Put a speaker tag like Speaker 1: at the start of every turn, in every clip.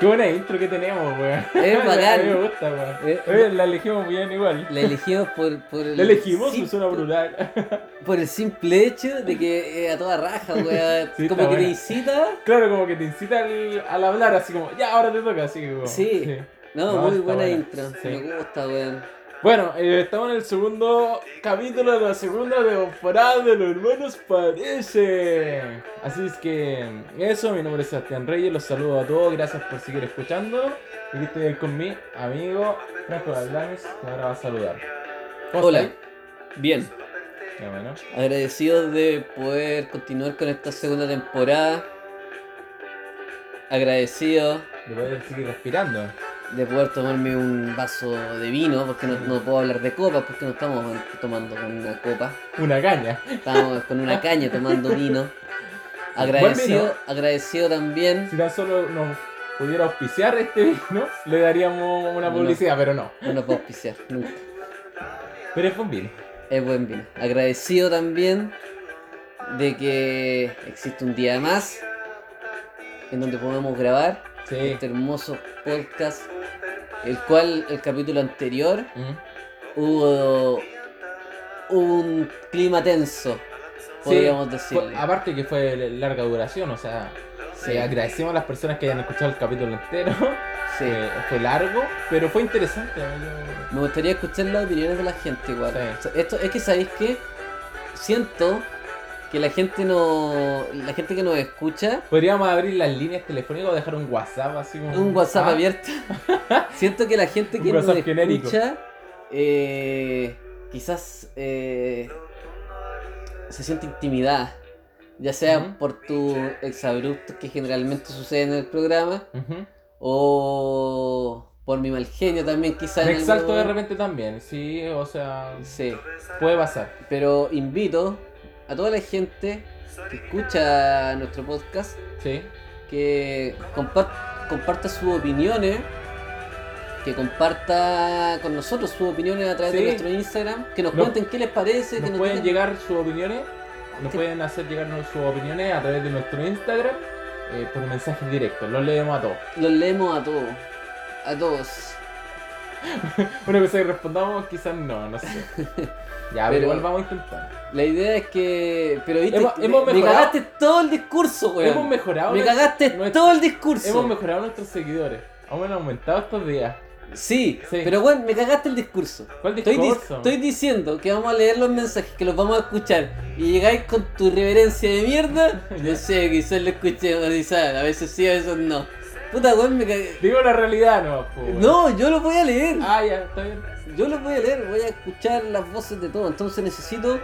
Speaker 1: Qué buena intro que tenemos, weón.
Speaker 2: Es
Speaker 1: A mí me
Speaker 2: bacán.
Speaker 1: gusta, weón.
Speaker 2: Eh,
Speaker 1: Oye, la elegimos bien igual.
Speaker 2: La elegimos por, por el.
Speaker 1: La elegimos,
Speaker 2: sim-
Speaker 1: es una plural.
Speaker 2: Por el simple hecho de que eh, a toda raja, weón.
Speaker 1: Sí, está
Speaker 2: como que
Speaker 1: buena.
Speaker 2: te incita.
Speaker 1: Claro, como que te incita al, al hablar, así como, ya, ahora te toca, así como.
Speaker 2: Sí. No,
Speaker 1: No,
Speaker 2: muy
Speaker 1: está
Speaker 2: buena,
Speaker 1: buena.
Speaker 2: intro.
Speaker 1: Sí.
Speaker 2: Me gusta, weón.
Speaker 1: Bueno, eh, estamos en el segundo capítulo de la segunda temporada de Los Hermanos Parece. Así es que eso, mi nombre es Sebastián Reyes, los saludo a todos, gracias por seguir escuchando. Aquí estoy con mi amigo Franco Galdames, que ahora va a saludar. ¿Cómo
Speaker 2: Hola.
Speaker 1: estáis?
Speaker 2: Bien.
Speaker 1: Ya, bueno.
Speaker 2: Agradecidos de poder continuar con esta segunda temporada. Agradecido
Speaker 1: Le voy a seguir respirando.
Speaker 2: de poder tomarme un vaso de vino, porque no, no puedo hablar de copas, porque no estamos tomando con una copa,
Speaker 1: Una caña.
Speaker 2: estamos con una caña tomando vino.
Speaker 1: Buen
Speaker 2: Agradecido, agradecido también.
Speaker 1: Si tan solo nos pudiera auspiciar este vino, le daríamos una
Speaker 2: No.
Speaker 1: publicidad, pero no.
Speaker 2: No nos puedo auspiciar, nunca.
Speaker 1: Pero es un vino.
Speaker 2: Es buen vino. Agradecido también de que existe un día más en donde podamos grabar
Speaker 1: Sí.
Speaker 2: este hermoso podcast, el cual el capítulo anterior
Speaker 1: Mm.
Speaker 2: hubo un clima tenso,
Speaker 1: Sí,
Speaker 2: podríamos
Speaker 1: Fue-
Speaker 2: decirle.
Speaker 1: aparte que fue de larga duración, o sea,
Speaker 2: Sí,
Speaker 1: eh, agradecemos a las personas que hayan escuchado el capítulo entero.
Speaker 2: sí.
Speaker 1: Eh, fue largo, pero fue interesante. eh, yo-
Speaker 2: Me gustaría escuchar las opiniones de la gente igual.
Speaker 1: Sí.
Speaker 2: O sea, Esto es que sabéis que siento que la gente no. la gente que nos escucha,
Speaker 1: Podríamos abrir las líneas telefónicas o dejar un WhatsApp así como.
Speaker 2: un WhatsApp
Speaker 1: Ah,
Speaker 2: abierto. siento que la gente
Speaker 1: Un
Speaker 2: que nos
Speaker 1: WhatsApp genérico.
Speaker 2: escucha eh, quizás eh, se siente intimidada. Ya sea
Speaker 1: Ujú.
Speaker 2: por tu exabruptos que generalmente sucede en el programa.
Speaker 1: ujú.
Speaker 2: O por mi mal genio también, quizás.
Speaker 1: Me exalto de repente también, sí, o sea,
Speaker 2: Sí,
Speaker 1: puede pasar.
Speaker 2: pero invito a toda la gente que escucha nuestro podcast
Speaker 1: Sí,
Speaker 2: que compar- comparta sus opiniones, que comparta con nosotros sus opiniones a través
Speaker 1: Sí.
Speaker 2: de nuestro Instagram, que nos
Speaker 1: Nos-
Speaker 2: cuenten qué les parece, que
Speaker 1: nos
Speaker 2: nos
Speaker 1: pueden
Speaker 2: digan-
Speaker 1: llegar sus opiniones, nos
Speaker 2: Sí.
Speaker 1: pueden hacer llegar sus opiniones a través de nuestro Instagram eh, por mensajes directos, los leemos a todos.
Speaker 2: los leemos a todos, a todos.
Speaker 1: Una cosa que respondamos, quizás no, no sé. Ya, pero,
Speaker 2: Pero-
Speaker 1: igual vamos a intentar.
Speaker 2: La idea es que, pero viste,
Speaker 1: Hemos-
Speaker 2: me-
Speaker 1: hemos
Speaker 2: me,
Speaker 1: mejorado.
Speaker 2: cagaste todo el discurso, weón.
Speaker 1: Hemos mejorado,
Speaker 2: me
Speaker 1: nuestro-
Speaker 2: cagaste
Speaker 1: nuestro-
Speaker 2: todo el discurso.
Speaker 1: hemos mejorado nuestros seguidores. Aún han aumentado estos días.
Speaker 2: Sí,
Speaker 1: Sí.
Speaker 2: pero bueno, me cagaste el discurso.
Speaker 1: ¿Cuál
Speaker 2: Estoy, di-
Speaker 1: discurso?
Speaker 2: estoy diciendo que vamos a leer los mensajes, que los vamos a escuchar. Y llegáis con tu reverencia de mierda.
Speaker 1: Ya.
Speaker 2: Yo sé, quizás lo escuché, o quizás a veces sí, a veces no. Puta weón, me cagué.
Speaker 1: Digo la realidad, no. po, weón.
Speaker 2: No, yo lo voy a leer.
Speaker 1: Ah, ya, está bien.
Speaker 2: Yo lo voy a leer, voy a escuchar las voces de todo. Entonces necesito,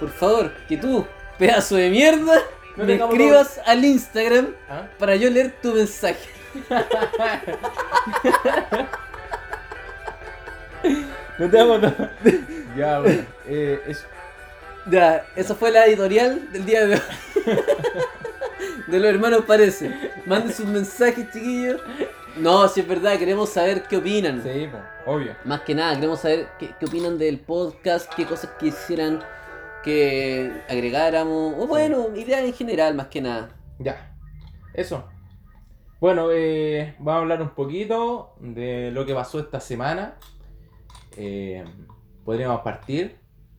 Speaker 2: por favor, que tú, pedazo de mierda,
Speaker 1: No
Speaker 2: me
Speaker 1: tengamos
Speaker 2: escribas al Instagram
Speaker 1: Ah.
Speaker 2: para yo leer tu mensaje.
Speaker 1: No te hago nada. ya, bueno. Eh, es-
Speaker 2: Ya, esa fue la editorial del día de hoy. De los hermanos parece. Manden sus mensajes, chiquillos. No, si es verdad, queremos saber qué opinan.
Speaker 1: Sí, po, obvio.
Speaker 2: Más que nada, queremos saber qué, qué opinan del podcast, qué cosas quisieran que agregáramos. O bueno, ideas en general, más que nada.
Speaker 1: Ya. Eso. Bueno, eh, vamos a hablar un poquito de lo que pasó esta semana. Eh, podríamos partir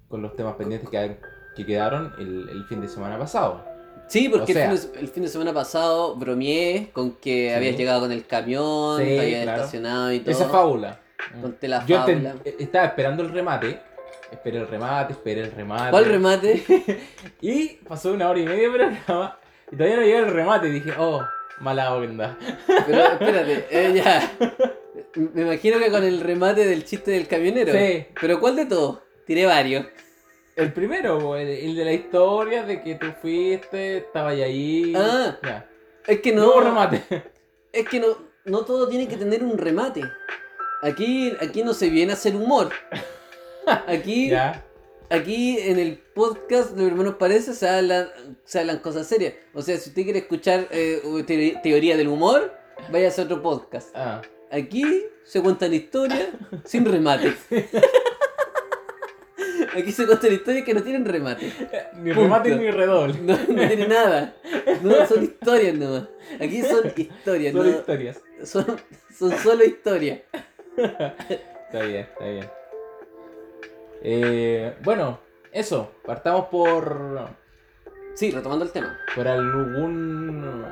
Speaker 1: con los temas pendientes que, que quedaron el, el fin de semana pasado.
Speaker 2: Sí, porque
Speaker 1: O sea-
Speaker 2: el, fin de, el fin de semana pasado bromeé con
Speaker 1: Sí.
Speaker 2: que habías llegado con el camión,
Speaker 1: Sí,
Speaker 2: te habías
Speaker 1: claro.
Speaker 2: estacionado y todo.
Speaker 1: Esa fábula. Mm.
Speaker 2: Conté la
Speaker 1: Yo enten-
Speaker 2: fábula.
Speaker 1: eh, estaba esperando el remate. Esperé el remate, esperé el remate.
Speaker 2: ¿Cuál remate?
Speaker 1: Y pasó una hora y media de programa y todavía no llegó el remate. Y dije, oh, mala onda.
Speaker 2: Pero espérate, eh, ya. Me imagino que con el remate del chiste del camionero.
Speaker 1: Sí.
Speaker 2: Pero ¿cuál de todos? Tiré varios.
Speaker 1: El primero, po, el, el de la historia de que tú fuiste, estaba ahí.
Speaker 2: Ah.
Speaker 1: Ya.
Speaker 2: Es que
Speaker 1: No,
Speaker 2: no.
Speaker 1: hubo remate.
Speaker 2: Es que no, no todo tiene que tener un remate. Aquí, aquí no se viene a hacer humor. Aquí,
Speaker 1: ya.
Speaker 2: aquí en el podcast de Hermanos Parece se hablan, se hablan cosas serias. O sea, si usted quiere escuchar eh, teori- teoría del humor, vaya a hacer otro podcast.
Speaker 1: Ah.
Speaker 2: Aquí se cuenta la historia sin remate. Aquí se cuentan historias que no tienen remate.
Speaker 1: Ni remate
Speaker 2: Punto.
Speaker 1: ni redoble.
Speaker 2: No, no tiene nada. No, son historias nomás. Aquí son historias,
Speaker 1: Solo
Speaker 2: no,
Speaker 1: historias.
Speaker 2: son, son solo historias.
Speaker 1: Está bien, está bien. Eh, bueno, eso. Partamos por.
Speaker 2: Sí, retomando el tema.
Speaker 1: por algún.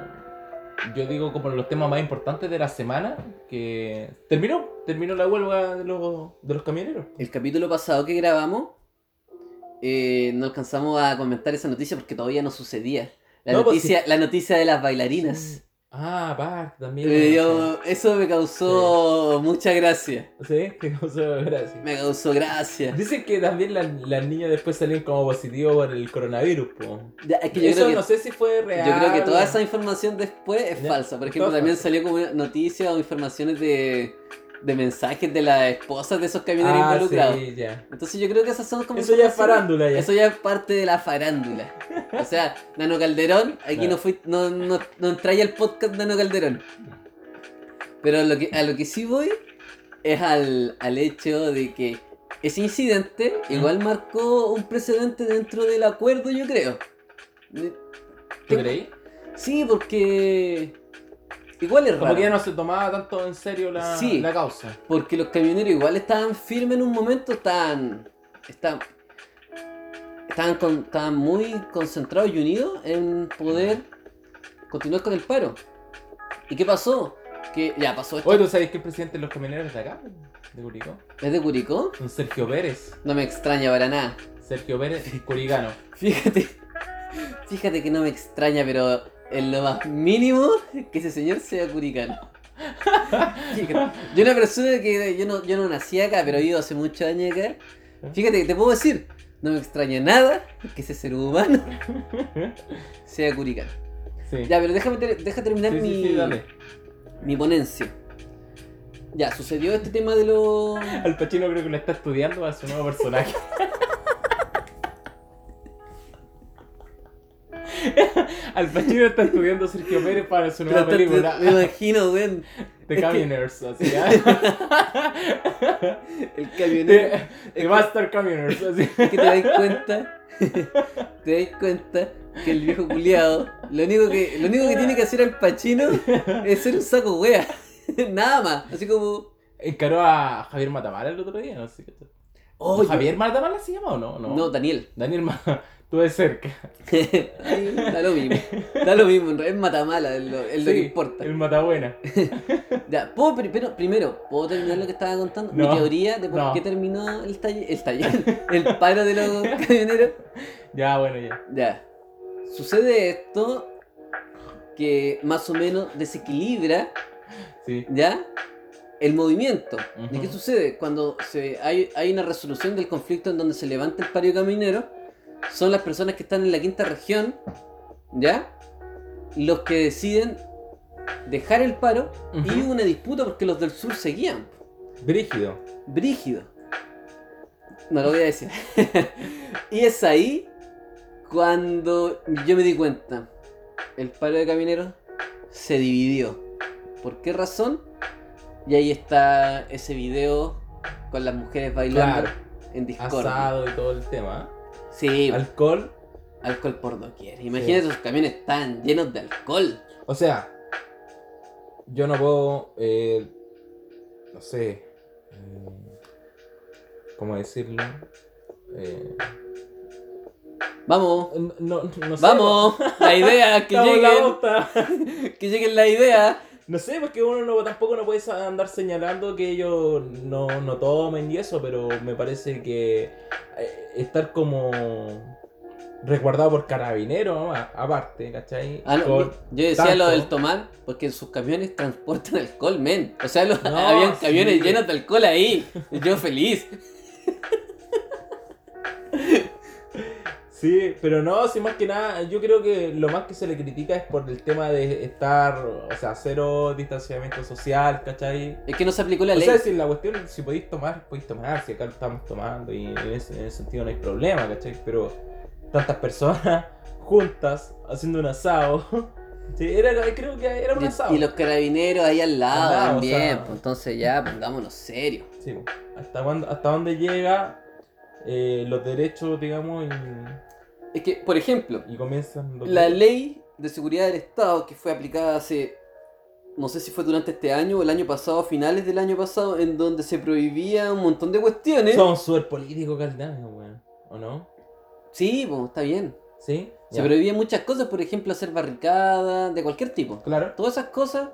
Speaker 1: Yo digo como los temas más importantes de la semana. Que. Terminó. Terminó la huelga de los, de los camioneros.
Speaker 2: El capítulo pasado que grabamos, eh, no alcanzamos a comentar esa noticia porque todavía no sucedía. La,
Speaker 1: No, pues
Speaker 2: noticia, la noticia de las bailarinas.
Speaker 1: Ah, va, también.
Speaker 2: Me dio- eso me causó mucha gracia.
Speaker 1: Sí, te causó gracia.
Speaker 2: Me causó gracia.
Speaker 1: Dicen que también las las niñas después salieron como positivos por el coronavirus, po.
Speaker 2: Ya, es que yo
Speaker 1: Eso
Speaker 2: creo que
Speaker 1: no sé si fue real.
Speaker 2: Yo creo que toda esa información después es
Speaker 1: Ya,
Speaker 2: falsa. Por
Speaker 1: es
Speaker 2: ejemplo,
Speaker 1: todo
Speaker 2: también
Speaker 1: falso.
Speaker 2: salió como noticias o informaciones de, de mensajes de las esposas de esos camioneros
Speaker 1: Ah,
Speaker 2: involucrados.
Speaker 1: sí, ya.
Speaker 2: Entonces yo creo que esas son como...
Speaker 1: Eso ya es
Speaker 2: informaciones-
Speaker 1: farándula ya.
Speaker 2: Eso ya es parte de la farándula. O sea, Nano Calderón, aquí
Speaker 1: Claro.
Speaker 2: no, fui, no, no, no entraí al podcast Nano Calderón. Pero lo que, a lo que sí voy es al, al hecho de que ese incidente
Speaker 1: Mm.
Speaker 2: igual marcó un precedente dentro del acuerdo, yo creo.
Speaker 1: ¿Tú creí?
Speaker 2: Sí, porque. Igual es
Speaker 1: Como
Speaker 2: raro.
Speaker 1: que ya no se tomaba tanto en serio la,
Speaker 2: Sí.
Speaker 1: la causa.
Speaker 2: Porque los camioneros igual estaban firmes en un momento, estaban. Estaban. Estaban, con- estaban muy concentrados y unidos en poder continuar con el paro. ¿Y qué pasó? Que ya pasó esto.
Speaker 1: Oye, ¿tú sabes que el presidente de los camioneros de acá? De Curicó.
Speaker 2: ¿Es de Curicó?
Speaker 1: Un Sergio Pérez.
Speaker 2: No me extraña para nada.
Speaker 1: Sergio Pérez, curicano.
Speaker 2: Fíjate. Fíjate que no me extraña, pero en lo más mínimo que ese señor sea curicano. Fíjate. Yo una persona que yo no, yo no nací acá, pero he ido hace muchos años acá. Fíjate que te puedo decir, no me extraña nada que ese ser humano sea curicano.
Speaker 1: Sí.
Speaker 2: Ya, pero déjame ter- deja terminar
Speaker 1: sí, sí,
Speaker 2: mi,
Speaker 1: sí, dale.
Speaker 2: mi ponencia. Ya, sucedió este tema de los...
Speaker 1: Al Pacino creo que lo está estudiando a su nuevo personaje. Al Pacino está estudiando a Sergio Pérez para su nueva
Speaker 2: Pero te- te-
Speaker 1: película.
Speaker 2: me imagino, weón,
Speaker 1: The
Speaker 2: que-
Speaker 1: Camioners, así, ¿ah?
Speaker 2: el camionero...
Speaker 1: The, The Master Camioners, así.
Speaker 2: que te das cuenta, te das cuenta que el viejo culiado, lo único que, lo único que tiene que hacer al Pachino es ser un saco wea. Nada más. Así como.
Speaker 1: Encaró a Javier Matamala el otro día, no sé qué. tal.
Speaker 2: Oh, yo-
Speaker 1: ¿Javier Matamala se llama o no? No,
Speaker 2: No, Daniel.
Speaker 1: Daniel Ma... Estuve cerca.
Speaker 2: Ay, da lo mismo. Da lo mismo, en realidad es matamala, es lo, es lo que
Speaker 1: Sí,
Speaker 2: importa.
Speaker 1: El Matabuena.
Speaker 2: Ya, ¿puedo pri- pero primero, ¿puedo terminar lo que estaba contando?
Speaker 1: No,
Speaker 2: Mi teoría de por
Speaker 1: no.
Speaker 2: qué terminó el taller, el taller, el paro de los camioneros.
Speaker 1: Ya, bueno, ya.
Speaker 2: Ya. Sucede esto que más o menos desequilibra
Speaker 1: Sí.
Speaker 2: ¿ya? El movimiento. ¿Y
Speaker 1: Ujú.
Speaker 2: qué sucede? Cuando se, hay, hay una resolución del conflicto en donde se levanta el pario caminero, son las personas que están en la quinta región, ¿ya? Los que deciden dejar el paro y
Speaker 1: Ujú.
Speaker 2: hubo una disputa porque los del sur seguían.
Speaker 1: Brígido.
Speaker 2: Brígido. No lo voy a decir. y es ahí cuando yo me di cuenta. El paro de camineros se dividió. ¿Por qué razón? Y ahí está ese video con las mujeres bailando
Speaker 1: Claro.
Speaker 2: en Discord.
Speaker 1: Asado y todo el tema.
Speaker 2: Sí,
Speaker 1: ¿eh? Alcohol.
Speaker 2: alcohol por doquier. Imagínate, los camiones están llenos de alcohol.
Speaker 1: O sea, yo no puedo. eh, no sé. eh, ¿Cómo decirlo? Eh,
Speaker 2: Vamos,
Speaker 1: no, no, no sé.
Speaker 2: vamos. La idea, que
Speaker 1: Estamos en la
Speaker 2: lleguen,
Speaker 1: bota.
Speaker 2: que lleguen la idea.
Speaker 1: No sé, porque uno no- tampoco no puede sa- andar señalando que ellos no, no tomen y eso, pero me parece que eh, estar como resguardado por carabineros, ¿no? A- aparte, ¿cachai?
Speaker 2: Ah, no,
Speaker 1: Con-
Speaker 2: yo decía
Speaker 1: tanto.
Speaker 2: lo del tomar porque en sus camiones transportan alcohol, men. O sea, los,
Speaker 1: No,
Speaker 2: habían camiones
Speaker 1: sí.
Speaker 2: llenos de alcohol ahí. Y Yo feliz.
Speaker 1: Sí, pero no, si más que nada, yo creo que lo más que se le critica es por el tema de estar, o sea, cero distanciamiento social, ¿cachai?
Speaker 2: Es que no se aplicó la
Speaker 1: O
Speaker 2: ley.
Speaker 1: sea, si la cuestión, si podéis tomar, podéis tomar, si acá lo estamos tomando y en ese, en ese sentido no hay problema, ¿cachai? Pero tantas personas juntas haciendo un asado, sí, era, creo que era un asado.
Speaker 2: y, y los carabineros ahí al lado
Speaker 1: Al lado, o
Speaker 2: también.
Speaker 1: sea.
Speaker 2: pues, entonces ya, pongámonos serio.
Speaker 1: Sí, hasta, cuándo- hasta dónde llega eh, los derechos, digamos, y,
Speaker 2: Es que, por ejemplo,
Speaker 1: y comienzan los
Speaker 2: la ley de seguridad del Estado que fue aplicada hace, no sé si fue durante este año o el año pasado, finales del año pasado, en donde se prohibía un montón de cuestiones.
Speaker 1: Somos súper políticos, Caldana, weón. ¿O no?
Speaker 2: Sí, pues está bien.
Speaker 1: ¿Sí?
Speaker 2: Se
Speaker 1: Ya.
Speaker 2: prohibían muchas cosas, por ejemplo, hacer barricadas de cualquier tipo.
Speaker 1: Claro.
Speaker 2: Todas esas cosas,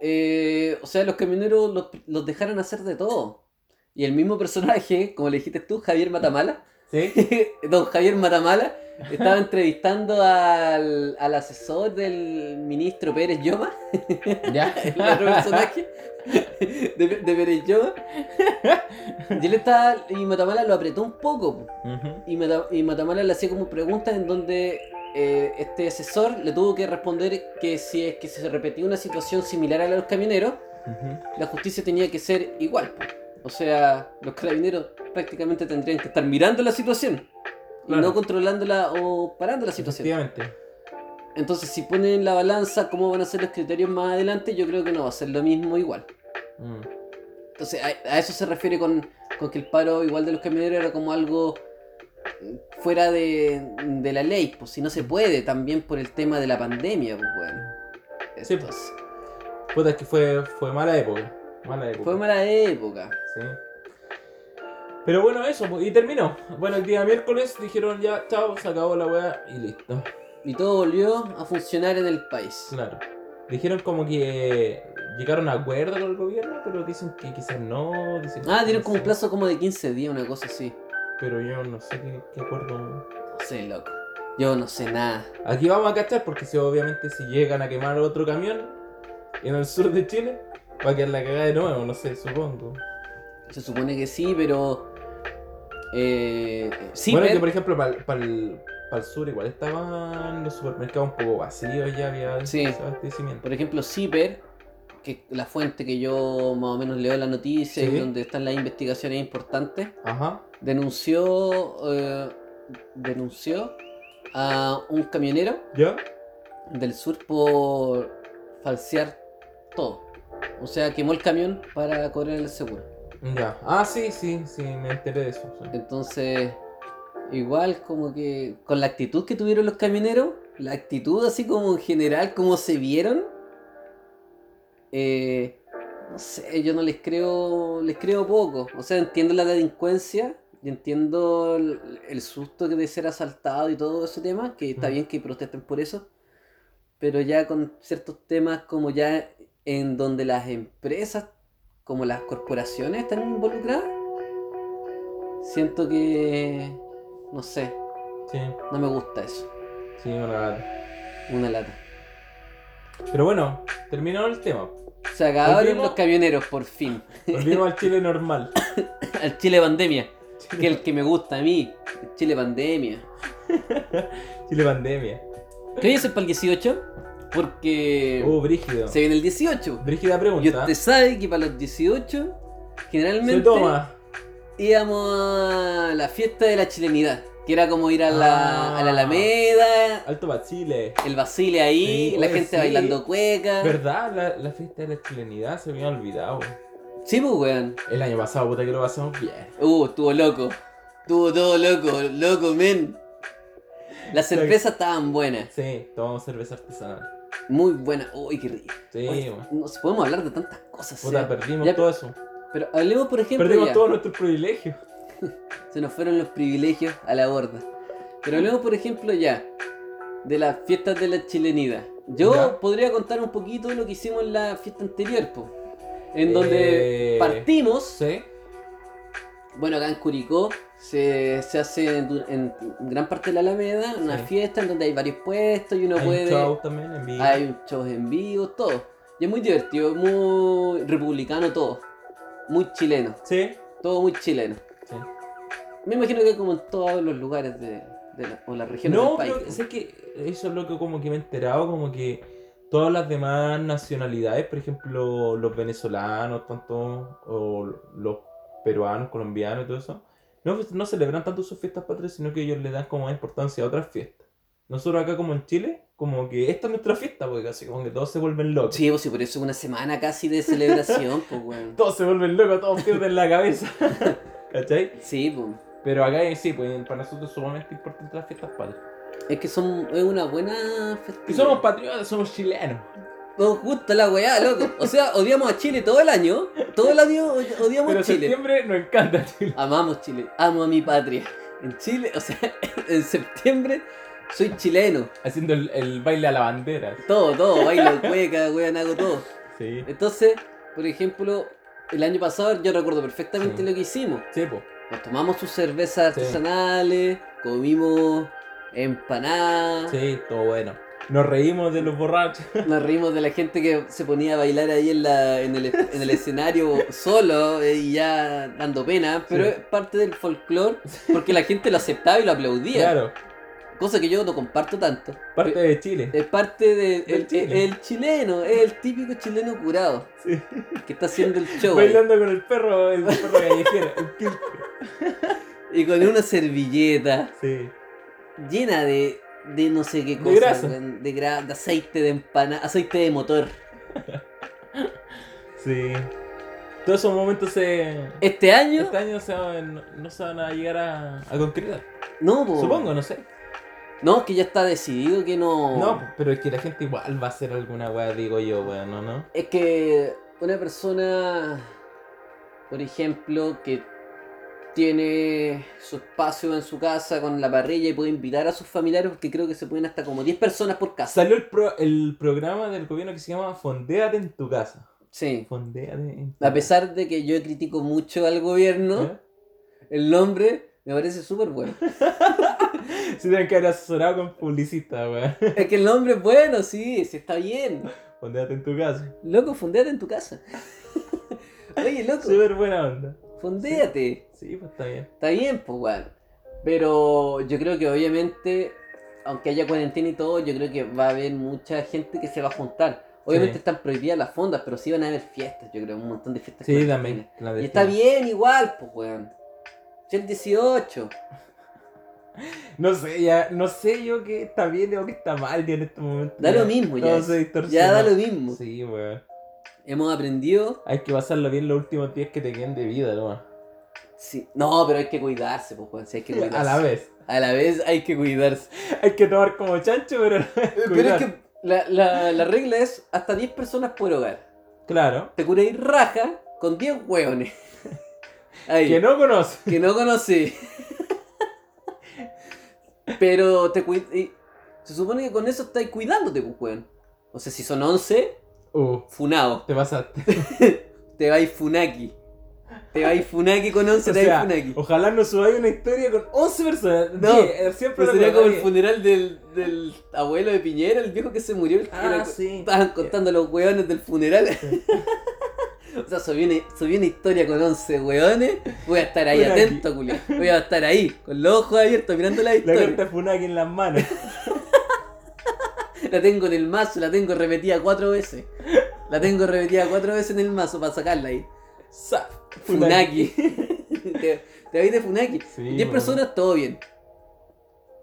Speaker 2: eh, o sea, los camioneros los, los dejaron hacer de todo. Y el mismo personaje, como le dijiste tú, Javier Matamala,
Speaker 1: ¿Sí?
Speaker 2: don Javier Matamala, estaba entrevistando al, al asesor del ministro Pérez Lloma,
Speaker 1: ¿Ya?
Speaker 2: el otro personaje de, de Pérez Lloma. Y él estaba, y Matamala lo apretó un poco. po.
Speaker 1: Ujú.
Speaker 2: Y, Mata- y Matamala le hacía como preguntas en donde eh, este asesor le tuvo que responder que si es que se repetía una situación similar a la de los camioneros,
Speaker 1: Ujú.
Speaker 2: la justicia tenía que ser igual. po. O sea, los carabineros prácticamente tendrían que estar mirando la situación y
Speaker 1: Claro.
Speaker 2: no controlándola o parando la situación.
Speaker 1: Efectivamente.
Speaker 2: Entonces, si ponen en la balanza cómo van a ser los criterios más adelante, yo creo que no va a ser lo mismo igual.
Speaker 1: Mm.
Speaker 2: Entonces, a, a eso se refiere con, con que el paro igual de los camioneros era como algo mm, fuera de, de la ley, pues si no se puede, también por el tema de la pandemia, pues bueno.
Speaker 1: Sí, pues.
Speaker 2: Entonces,
Speaker 1: Puta, es que fue, fue mala época. Mala época.
Speaker 2: fue mala época.
Speaker 1: Sí. Pero bueno, eso, pues, y terminó. Bueno, el día miércoles dijeron ya, chao, se acabó la weá y listo.
Speaker 2: Y todo volvió a funcionar en el país.
Speaker 1: Claro. Dijeron como que llegaron a acuerdo con el gobierno, pero dicen que quizás no. Dicen que
Speaker 2: Ah,
Speaker 1: tienen
Speaker 2: dieron como un plazo como de 15 días, una cosa así.
Speaker 1: Pero yo no sé qué, qué acuerdo.
Speaker 2: No sé, loco. Yo no sé nada.
Speaker 1: Aquí vamos a cachar porque si obviamente si llegan a quemar otro camión en el sur de Chile, va a quedar la cagada de nuevo, no sé, supongo.
Speaker 2: Se supone que sí, pero... Eh, sí,
Speaker 1: bueno,
Speaker 2: pero-
Speaker 1: que por ejemplo para el, sur igual estaban los supermercados un poco vacíos, ya había
Speaker 2: Sí.
Speaker 1: desabastecimiento.
Speaker 2: Por ejemplo, CIPER, que es la fuente que yo más o menos leo la noticia
Speaker 1: Sí.
Speaker 2: y donde están las investigaciones importantes,
Speaker 1: Ajá.
Speaker 2: denunció, eh, denunció a un camionero
Speaker 1: ¿Ya?
Speaker 2: del sur por falsear todo. O sea, quemó el camión para cobrar el seguro.
Speaker 1: Ya. Ah, sí, sí, sí, me enteré de eso.
Speaker 2: Eh.
Speaker 1: sí.
Speaker 2: Entonces, igual como que con la actitud que tuvieron los camioneros, la actitud así como en general, como se vieron, eh, no sé, yo no les creo, les creo poco. O sea, entiendo la delincuencia y entiendo el, el susto que de ser asaltado y todo ese tema, que está
Speaker 1: Mm.
Speaker 2: bien que protesten por eso, pero ya con ciertos temas como ya en donde las empresas, como las corporaciones están involucradas, siento que, no sé,
Speaker 1: Sí,
Speaker 2: no me gusta eso.
Speaker 1: sí, una lata.
Speaker 2: Una lata.
Speaker 1: Pero bueno, terminado el tema.
Speaker 2: Se acabaron
Speaker 1: Volvimos.
Speaker 2: los camioneros, por fin.
Speaker 1: Volvimos al Chile normal.
Speaker 2: Al Chile pandemia. Que el que me gusta a mí. El Chile pandemia.
Speaker 1: Chile pandemia.
Speaker 2: ¿Qué voy a hacer para el 18? Porque
Speaker 1: Uh, brígido.
Speaker 2: se viene el 18.
Speaker 1: Brígida
Speaker 2: Y
Speaker 1: pregunta.
Speaker 2: usted sabe que para los 18,
Speaker 1: Se
Speaker 2: generalmente
Speaker 1: toma.
Speaker 2: íbamos a la fiesta de la chilenidad. Que era como ir a la,
Speaker 1: Ah.
Speaker 2: a la Alameda,
Speaker 1: Alto para Chile.
Speaker 2: el basile
Speaker 1: Sí,
Speaker 2: ahí, la
Speaker 1: oye,
Speaker 2: gente
Speaker 1: sí.
Speaker 2: bailando cueca.
Speaker 1: ¿Verdad? La, la fiesta de la chilenidad se me había olvidado.
Speaker 2: Sí, pues, weón.
Speaker 1: El año pasado, puta que lo pasamos bien.
Speaker 2: Uh, estuvo loco. Estuvo todo loco, loco, men. Las cervezas estaban buenas,
Speaker 1: Sí, tomamos cerveza artesanal.
Speaker 2: muy buenas. Uy, qué rico.
Speaker 1: Sí,
Speaker 2: Oye,
Speaker 1: man.
Speaker 2: no sé, podemos hablar de tantas cosas.
Speaker 1: Puta,
Speaker 2: ¿eh?
Speaker 1: perdimos
Speaker 2: Ya,
Speaker 1: todo eso.
Speaker 2: Pero hablemos, por ejemplo,
Speaker 1: Perdimos
Speaker 2: ya.
Speaker 1: todos nuestros privilegios.
Speaker 2: se nos fueron los privilegios a la borda. Pero hablemos, por ejemplo, ya de las fiestas de la chilenidad. Yo
Speaker 1: Ya.
Speaker 2: podría contar un poquito de lo que hicimos en la fiesta anterior, po. en donde
Speaker 1: Eh,
Speaker 2: partimos.
Speaker 1: Sí.
Speaker 2: Bueno, acá en Curicó se, se hace en, du- en gran parte de la Alameda una
Speaker 1: Sí.
Speaker 2: fiesta en donde hay varios puestos y uno
Speaker 1: hay un
Speaker 2: puede.
Speaker 1: show también en vivo.
Speaker 2: Hay un show en vivo, todo. Y es muy divertido, es muy republicano todo. Muy chileno,
Speaker 1: Sí.
Speaker 2: todo muy chileno.
Speaker 1: sí.
Speaker 2: Me imagino que como en todos los lugares de, de la, o las regiones
Speaker 1: No,
Speaker 2: del país.
Speaker 1: pero sé que eso es lo que como que me he enterado, como que todas las demás nacionalidades, por ejemplo, los venezolanos, tanto, o los peruanos, colombianos y todo eso, no, no celebran tanto sus fiestas patrias, sino que ellos le dan como más importancia a otras fiestas. Nosotros acá como en Chile, como que esta es nuestra fiesta, porque así como que todos se vuelven locos.
Speaker 2: Sí, pues sí, por eso es una semana casi de celebración, pues weón.
Speaker 1: Todos se vuelven locos, todos pierden la cabeza. ¿Cachai?
Speaker 2: Sí, pues.
Speaker 1: Pero acá sí, pues para nosotros es sumamente importante las fiestas patrias.
Speaker 2: Es que son, es una buena
Speaker 1: Y
Speaker 2: festividad.
Speaker 1: somos patriotas, somos chilenos.
Speaker 2: Nos gusta la weá, loco. O sea, odiamos a Chile todo el año. Todo el año od- odiamos
Speaker 1: Pero
Speaker 2: a Chile.
Speaker 1: septiembre nos encanta Chile.
Speaker 2: Amamos Chile. Amo a mi patria. En Chile, o sea, en septiembre soy chileno.
Speaker 1: Haciendo el, el baile a la bandera.
Speaker 2: Todo, todo. Bailo, cueca, weón, hago todo.
Speaker 1: Sí.
Speaker 2: Entonces, por ejemplo, el año pasado yo recuerdo perfectamente
Speaker 1: Sí.
Speaker 2: lo que hicimos.
Speaker 1: Sí, pues.
Speaker 2: Nos tomamos sus cervezas
Speaker 1: Sí.
Speaker 2: artesanales, comimos empanadas,
Speaker 1: Sí, todo bueno. Nos reímos de los borrachos.
Speaker 2: nos reímos de la gente que se ponía a bailar ahí en, la, en, el, en el escenario solo eh, y ya dando pena, pero
Speaker 1: Sí.
Speaker 2: es parte del folclore porque la gente lo aceptaba y lo aplaudía,
Speaker 1: Claro.
Speaker 2: cosa que yo no comparto tanto.
Speaker 1: Parte de Chile.
Speaker 2: Es parte del
Speaker 1: Del
Speaker 2: el,
Speaker 1: Chile.
Speaker 2: el chileno, es el típico chileno curado
Speaker 1: Sí.
Speaker 2: que está haciendo el show. ahí.
Speaker 1: Bailando con el perro, el perro callejero. El quilpe.
Speaker 2: Y con una servilleta
Speaker 1: Sí.
Speaker 2: llena de, de no sé qué cosa.
Speaker 1: grasa.
Speaker 2: weón, De, gra- de aceite de empana, aceite de motor.
Speaker 1: Sí. Todos esos momentos se.
Speaker 2: Este año,
Speaker 1: Este año se van- no se van a llegar a, a concretar.
Speaker 2: no, po.
Speaker 1: Supongo, no sé.
Speaker 2: No, que ya está decidido que no.
Speaker 1: No, pero es que la gente igual va a hacer alguna weá, digo yo, weón, ¿no? ¿no?
Speaker 2: Es que una persona, por ejemplo, que tiene su espacio en su casa con la parrilla y puede invitar a sus familiares, porque creo que se pueden hasta como 10 personas por casa.
Speaker 1: Salió el, pro- el programa del gobierno que se llama Fondéate en tu casa.
Speaker 2: Sí.
Speaker 1: Fondéate en tu
Speaker 2: A pesar de que yo critico mucho al gobierno,
Speaker 1: ¿Eh?
Speaker 2: el nombre me parece súper bueno.
Speaker 1: Se tienen que haber asesorado con publicista, weón.
Speaker 2: Es que el nombre es bueno, sí, sí está bien.
Speaker 1: Fondéate en tu casa.
Speaker 2: Loco, fondeate en tu casa. Oye, loco,
Speaker 1: Súper buena onda.
Speaker 2: fondeate.
Speaker 1: Sí, pues está bien.
Speaker 2: Está bien, pues, weón. Pero yo creo que obviamente, aunque haya cuarentena y todo, yo creo que va a haber mucha gente que se va a juntar. Obviamente
Speaker 1: Sí.
Speaker 2: están prohibidas las fondas, pero sí van a haber fiestas, yo creo, un montón de fiestas.
Speaker 1: Sí,
Speaker 2: clandestinas.
Speaker 1: también.
Speaker 2: Y está bien igual, pues, weón. Si el 18.
Speaker 1: No sé, ya, no sé yo qué está bien o qué está mal ya en este momento.
Speaker 2: Da lo mismo, ya.
Speaker 1: Todo se distorsiona.
Speaker 2: Ya da lo mismo.
Speaker 1: Sí, weón.
Speaker 2: Hemos aprendido.
Speaker 1: Hay que pasarlo bien los últimos días que te queden de vida, nomás.
Speaker 2: Sí. No, pero hay que cuidarse, pues, weón. Sí, hay que cuidarse.
Speaker 1: A la vez.
Speaker 2: A la vez hay que cuidarse.
Speaker 1: Hay que tomar como chancho, pero.
Speaker 2: Pero es
Speaker 1: cuidar.
Speaker 2: que la, la- la regla es hasta 10 personas por hogar.
Speaker 1: Claro.
Speaker 2: Te curáis raja con 10 hueones. Ahí,
Speaker 1: Que
Speaker 2: que, no?
Speaker 1: no conoce.
Speaker 2: conocí. Pero te cuid- y Se supone que con eso estáis cuidándote, pues, hueón. O sea, si son 11,
Speaker 1: Uh,
Speaker 2: funao.
Speaker 1: te pasaste.
Speaker 2: Te vais funaki. Te vais funaki con 11,
Speaker 1: O
Speaker 2: te vais
Speaker 1: sea,
Speaker 2: funaki.
Speaker 1: ojalá no subáis una historia con 11 personas.
Speaker 2: No,
Speaker 1: Sí, eh, siempre
Speaker 2: Pero
Speaker 1: lo
Speaker 2: sería
Speaker 1: cuento,
Speaker 2: como el
Speaker 1: oye.
Speaker 2: funeral del, del abuelo de Piñera, el viejo que se murió. el que
Speaker 1: Ah,
Speaker 2: era-
Speaker 1: sí.
Speaker 2: Estaban contando los hueones del funeral. o sea, subí una, subí una historia con 11 hueones. Voy a estar ahí
Speaker 1: Ven aquí.
Speaker 2: atento, culiao. Voy a estar ahí, con los ojos abiertos, mirando la
Speaker 1: La
Speaker 2: historia.
Speaker 1: carta Funaki en las manos.
Speaker 2: La tengo en el mazo, la tengo repetida cuatro veces. La tengo repetida cuatro veces en el mazo para sacarla ahí.
Speaker 1: Sa-
Speaker 2: Funaki. te, te vais de Funaki.
Speaker 1: Sí,
Speaker 2: 10
Speaker 1: bueno.
Speaker 2: personas, todo bien.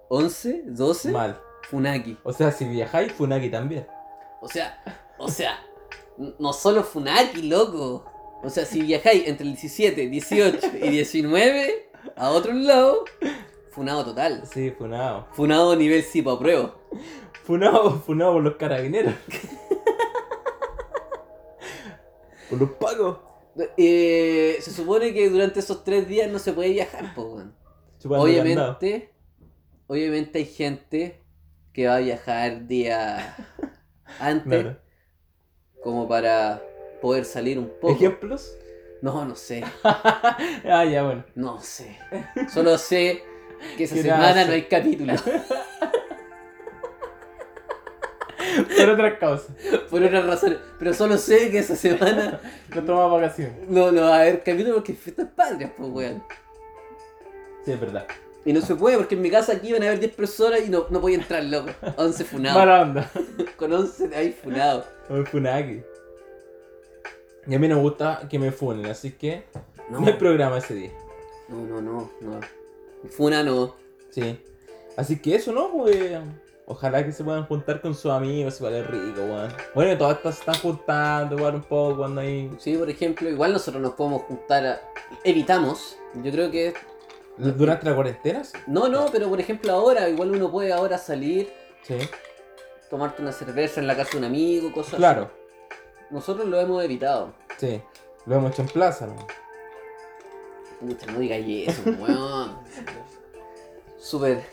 Speaker 2: 11, 12,
Speaker 1: Mal.
Speaker 2: Funaki.
Speaker 1: O sea, si viajáis, Funaki también.
Speaker 2: O sea, o sea, n- no solo Funaki, loco. O sea, si viajáis entre el 17, 18 y 19 a otro lado, funado total.
Speaker 1: Sí, funado.
Speaker 2: Funado nivel sí para prueba.
Speaker 1: Funado, funado por los carabineros. por los pagos.
Speaker 2: Eh, se supone que durante esos tres días no se puede viajar, po, weón.
Speaker 1: Chupando candado.
Speaker 2: Obviamente, obviamente hay gente que va a viajar día antes
Speaker 1: Claro.
Speaker 2: como para poder salir un poco.
Speaker 1: ¿Ejemplos?
Speaker 2: No, no sé.
Speaker 1: ah, ya, bueno.
Speaker 2: No sé. Solo sé que esa
Speaker 1: Que
Speaker 2: semana
Speaker 1: nada,
Speaker 2: no hay capítulo.
Speaker 1: Por otras causas.
Speaker 2: Por otras razones. Pero solo sé que esa semana
Speaker 1: No tomaba vacaciones.
Speaker 2: no, no va a haber capítulo porque es fiestas padres, pues weón.
Speaker 1: Sí, es verdad.
Speaker 2: Y no se puede porque en mi casa aquí van a haber 10 personas y no, no voy a entrar, loco. 11 funados.
Speaker 1: Mala onda.
Speaker 2: Con 11 hay funados.
Speaker 1: No me funaki. Y a mí no me gusta que me funen, así que
Speaker 2: No,
Speaker 1: no hay programa ese día.
Speaker 2: no, no, no. no. Funa no.
Speaker 1: Sí. Así que eso, ¿no? Pues, ojalá que se puedan juntar con sus amigos, igual es rico, weón. Bueno, y todas estas se están juntando, igual un poco cuando hay...
Speaker 2: Sí, por ejemplo, igual nosotros nos podemos juntar a... Evitamos. Yo creo que
Speaker 1: ¿Durante la cuarentena?
Speaker 2: No, no, pero por ejemplo ahora, igual uno puede ahora salir,
Speaker 1: Sí.
Speaker 2: tomarte una cerveza en la casa de un amigo, cosas
Speaker 1: Claro,
Speaker 2: así. Nosotros lo hemos evitado.
Speaker 1: sí. Lo hemos hecho en plaza, ¿no?
Speaker 2: Pucha, no digas eso, weón. Súper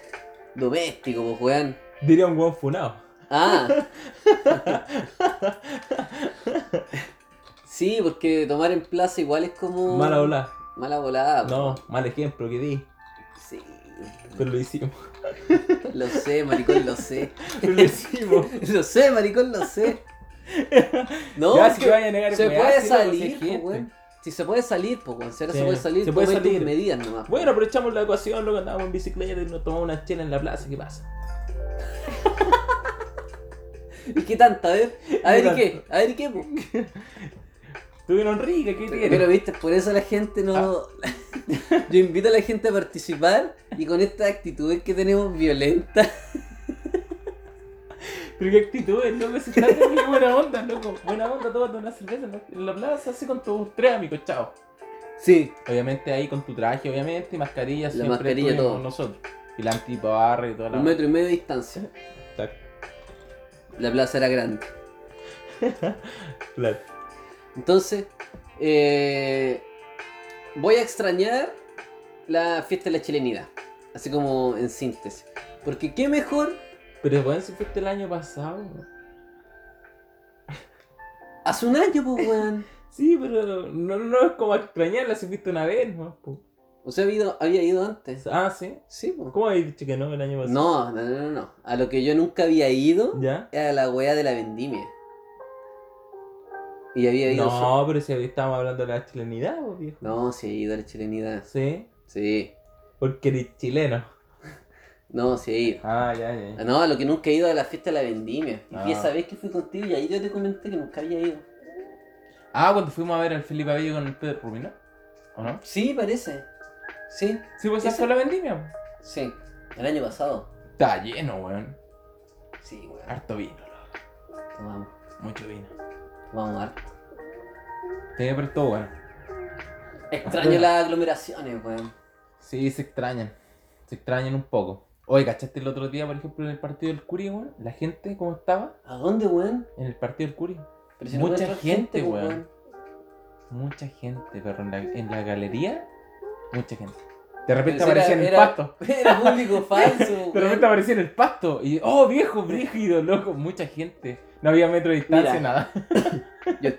Speaker 2: doméstico, pues, weón.
Speaker 1: Diría un buen funado.
Speaker 2: Ah. sí, porque tomar en plaza igual es como...
Speaker 1: Mala ola.
Speaker 2: Mala volada.
Speaker 1: No, mal ejemplo que di.
Speaker 2: Sí.
Speaker 1: Pero lo hicimos.
Speaker 2: Lo sé, maricón, lo sé.
Speaker 1: Pero lo hicimos.
Speaker 2: Lo sé, maricón, lo sé. No,
Speaker 1: ya,
Speaker 2: es
Speaker 1: si
Speaker 2: que-
Speaker 1: vaya a negar
Speaker 2: Se
Speaker 1: weá,
Speaker 2: puede
Speaker 1: si no, no sé
Speaker 2: salir, po,
Speaker 1: gente.
Speaker 2: weón. Si se puede salir, po, weón. Si ahora
Speaker 1: Sí,
Speaker 2: se puede salir,
Speaker 1: se puede
Speaker 2: tomé tus
Speaker 1: salir.
Speaker 2: medidas nomás. po.
Speaker 1: Bueno, aprovechamos la ecuación, luego andábamos en bicicleta y nos tomamos una chela en la plaza, ¿qué pasa?
Speaker 2: ¿Y qué tanta? A ver, a ver,
Speaker 1: ¿Qué
Speaker 2: ¿y qué? A ver, ¿y qué, po?
Speaker 1: Estuvieron ricas, ¿qué quieres?
Speaker 2: Pero viste, por eso la gente no. Yo invito a la gente a participar y con estas actitudes que tenemos violentas.
Speaker 1: Pero qué actitud, loco, si está bien, qué buena onda, loco. Buena onda, tómate una cerveza en la- en la plaza, así con tus tres amigos, chao.
Speaker 2: Sí.
Speaker 1: Obviamente ahí con tu traje, obviamente, y mascarilla,
Speaker 2: La
Speaker 1: siempre
Speaker 2: mascarilla,
Speaker 1: estuvimos
Speaker 2: todo.
Speaker 1: con nosotros. Y la antiparra y toda la...
Speaker 2: Un metro y medio de distancia.
Speaker 1: Claro,
Speaker 2: La plaza era grande.
Speaker 1: claro.
Speaker 2: Entonces, eh, voy a extrañar la fiesta de la chilenidad. Así como en síntesis. Porque qué mejor
Speaker 1: Pero bueno, si fuiste el año pasado. weón.
Speaker 2: Hace un año, pues, weón.
Speaker 1: Sí, pero no, no es como extrañarla si fuiste una vez, ¿no? Pues. Po.
Speaker 2: O sea, había ido, había ido antes.
Speaker 1: Ah, sí.
Speaker 2: Sí, pues.
Speaker 1: ¿Cómo habéis dicho que no el año pasado?
Speaker 2: No, no, no, no, no. A lo que yo nunca había ido
Speaker 1: ¿Ya?
Speaker 2: era la weá de la vendimia. Y había ido. so-
Speaker 1: No, pero si estábamos hablando de la chilenidad, po, viejo.
Speaker 2: No, sí, he ido a la chilenidad.
Speaker 1: Sí,
Speaker 2: Sí.
Speaker 1: porque eres chileno.
Speaker 2: No, sí, he ido.
Speaker 1: Ah, ya, ya. ya.
Speaker 2: No, a lo que nunca he ido a la fiesta de la vendimia. Y
Speaker 1: Ah.
Speaker 2: fui esa vez que fui contigo y ahí yo te comenté que nunca había ido.
Speaker 1: Ah, cuando fuimos a ver al Felipe Avillo con el Pedro Rubino. ¿O no?
Speaker 2: Sí, parece. Sí,
Speaker 1: Sí, pues esa
Speaker 2: Ese-
Speaker 1: fue la vendimia.
Speaker 2: sí. El año pasado.
Speaker 1: Está lleno, weón.
Speaker 2: Sí, weón.
Speaker 1: Harto vino, loco.
Speaker 2: Tomamos,
Speaker 1: mucho vino.
Speaker 2: tomamos harto.
Speaker 1: Te prestó, weón.
Speaker 2: Extraño las aglomeraciones, weón.
Speaker 1: Sí, se extrañan. Se extrañan un poco. Oye, ¿cachaste el otro día, por ejemplo, en el partido del Curi, weón? La gente, ¿cómo estaba?
Speaker 2: ¿A dónde, weón?
Speaker 1: En el partido del Curi.
Speaker 2: Pero si no
Speaker 1: Mucha
Speaker 2: puede entrar
Speaker 1: gente,
Speaker 2: pues,
Speaker 1: weón. Mucha gente, pero en la, en la galería, mucha gente. De repente
Speaker 2: Pero si era-
Speaker 1: aparecía en el
Speaker 2: era-
Speaker 1: pasto.
Speaker 2: Era público falso,
Speaker 1: De repente
Speaker 2: weón.
Speaker 1: aparecía en el pasto. Y, oh, viejo, brígido, loco, mucha gente. No había metro de distancia,
Speaker 2: Mira.
Speaker 1: nada.
Speaker 2: Yo,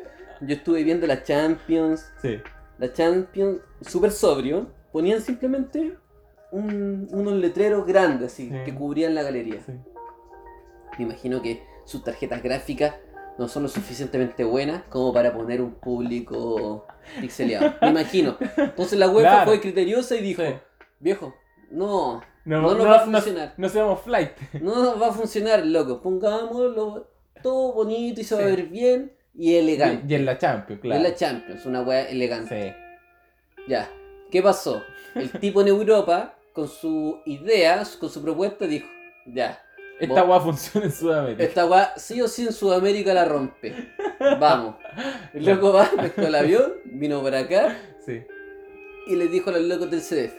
Speaker 2: yo estuve viendo la Champions.
Speaker 1: Sí.
Speaker 2: La Champions, súper sobrio. Ponían simplemente un- unos letreros grandes así,
Speaker 1: Sí.
Speaker 2: que cubrían la galería.
Speaker 1: sí.
Speaker 2: Me imagino que sus tarjetas gráficas no son lo suficientemente buenas como para poner un público pixeleado. Me imagino. Entonces la UEFA
Speaker 1: Claro.
Speaker 2: fue criteriosa y dijo,
Speaker 1: Sí.
Speaker 2: viejo, no,
Speaker 1: No,
Speaker 2: no
Speaker 1: no,
Speaker 2: nos va a
Speaker 1: no-
Speaker 2: funcionar.
Speaker 1: no seamos flight.
Speaker 2: No nos va a funcionar, loco. Pongámoslo todo bonito y se va
Speaker 1: Sí.
Speaker 2: a ver bien y elegante.
Speaker 1: Y, y en la Champions,
Speaker 2: Es
Speaker 1: claro.
Speaker 2: la Champions, una weá elegante.
Speaker 1: Sí.
Speaker 2: Ya. ¿Qué pasó? El tipo en Europa, con su idea, con su propuesta, dijo: Ya,
Speaker 1: Esta
Speaker 2: Vos- Eh.
Speaker 1: weá funciona en Sudamérica.
Speaker 2: esta weá sí o sí en Sudamérica la rompe. Vamos. El loco va, pescó el avión, vino para acá
Speaker 1: Sí.
Speaker 2: y les dijo a los locos del CDF: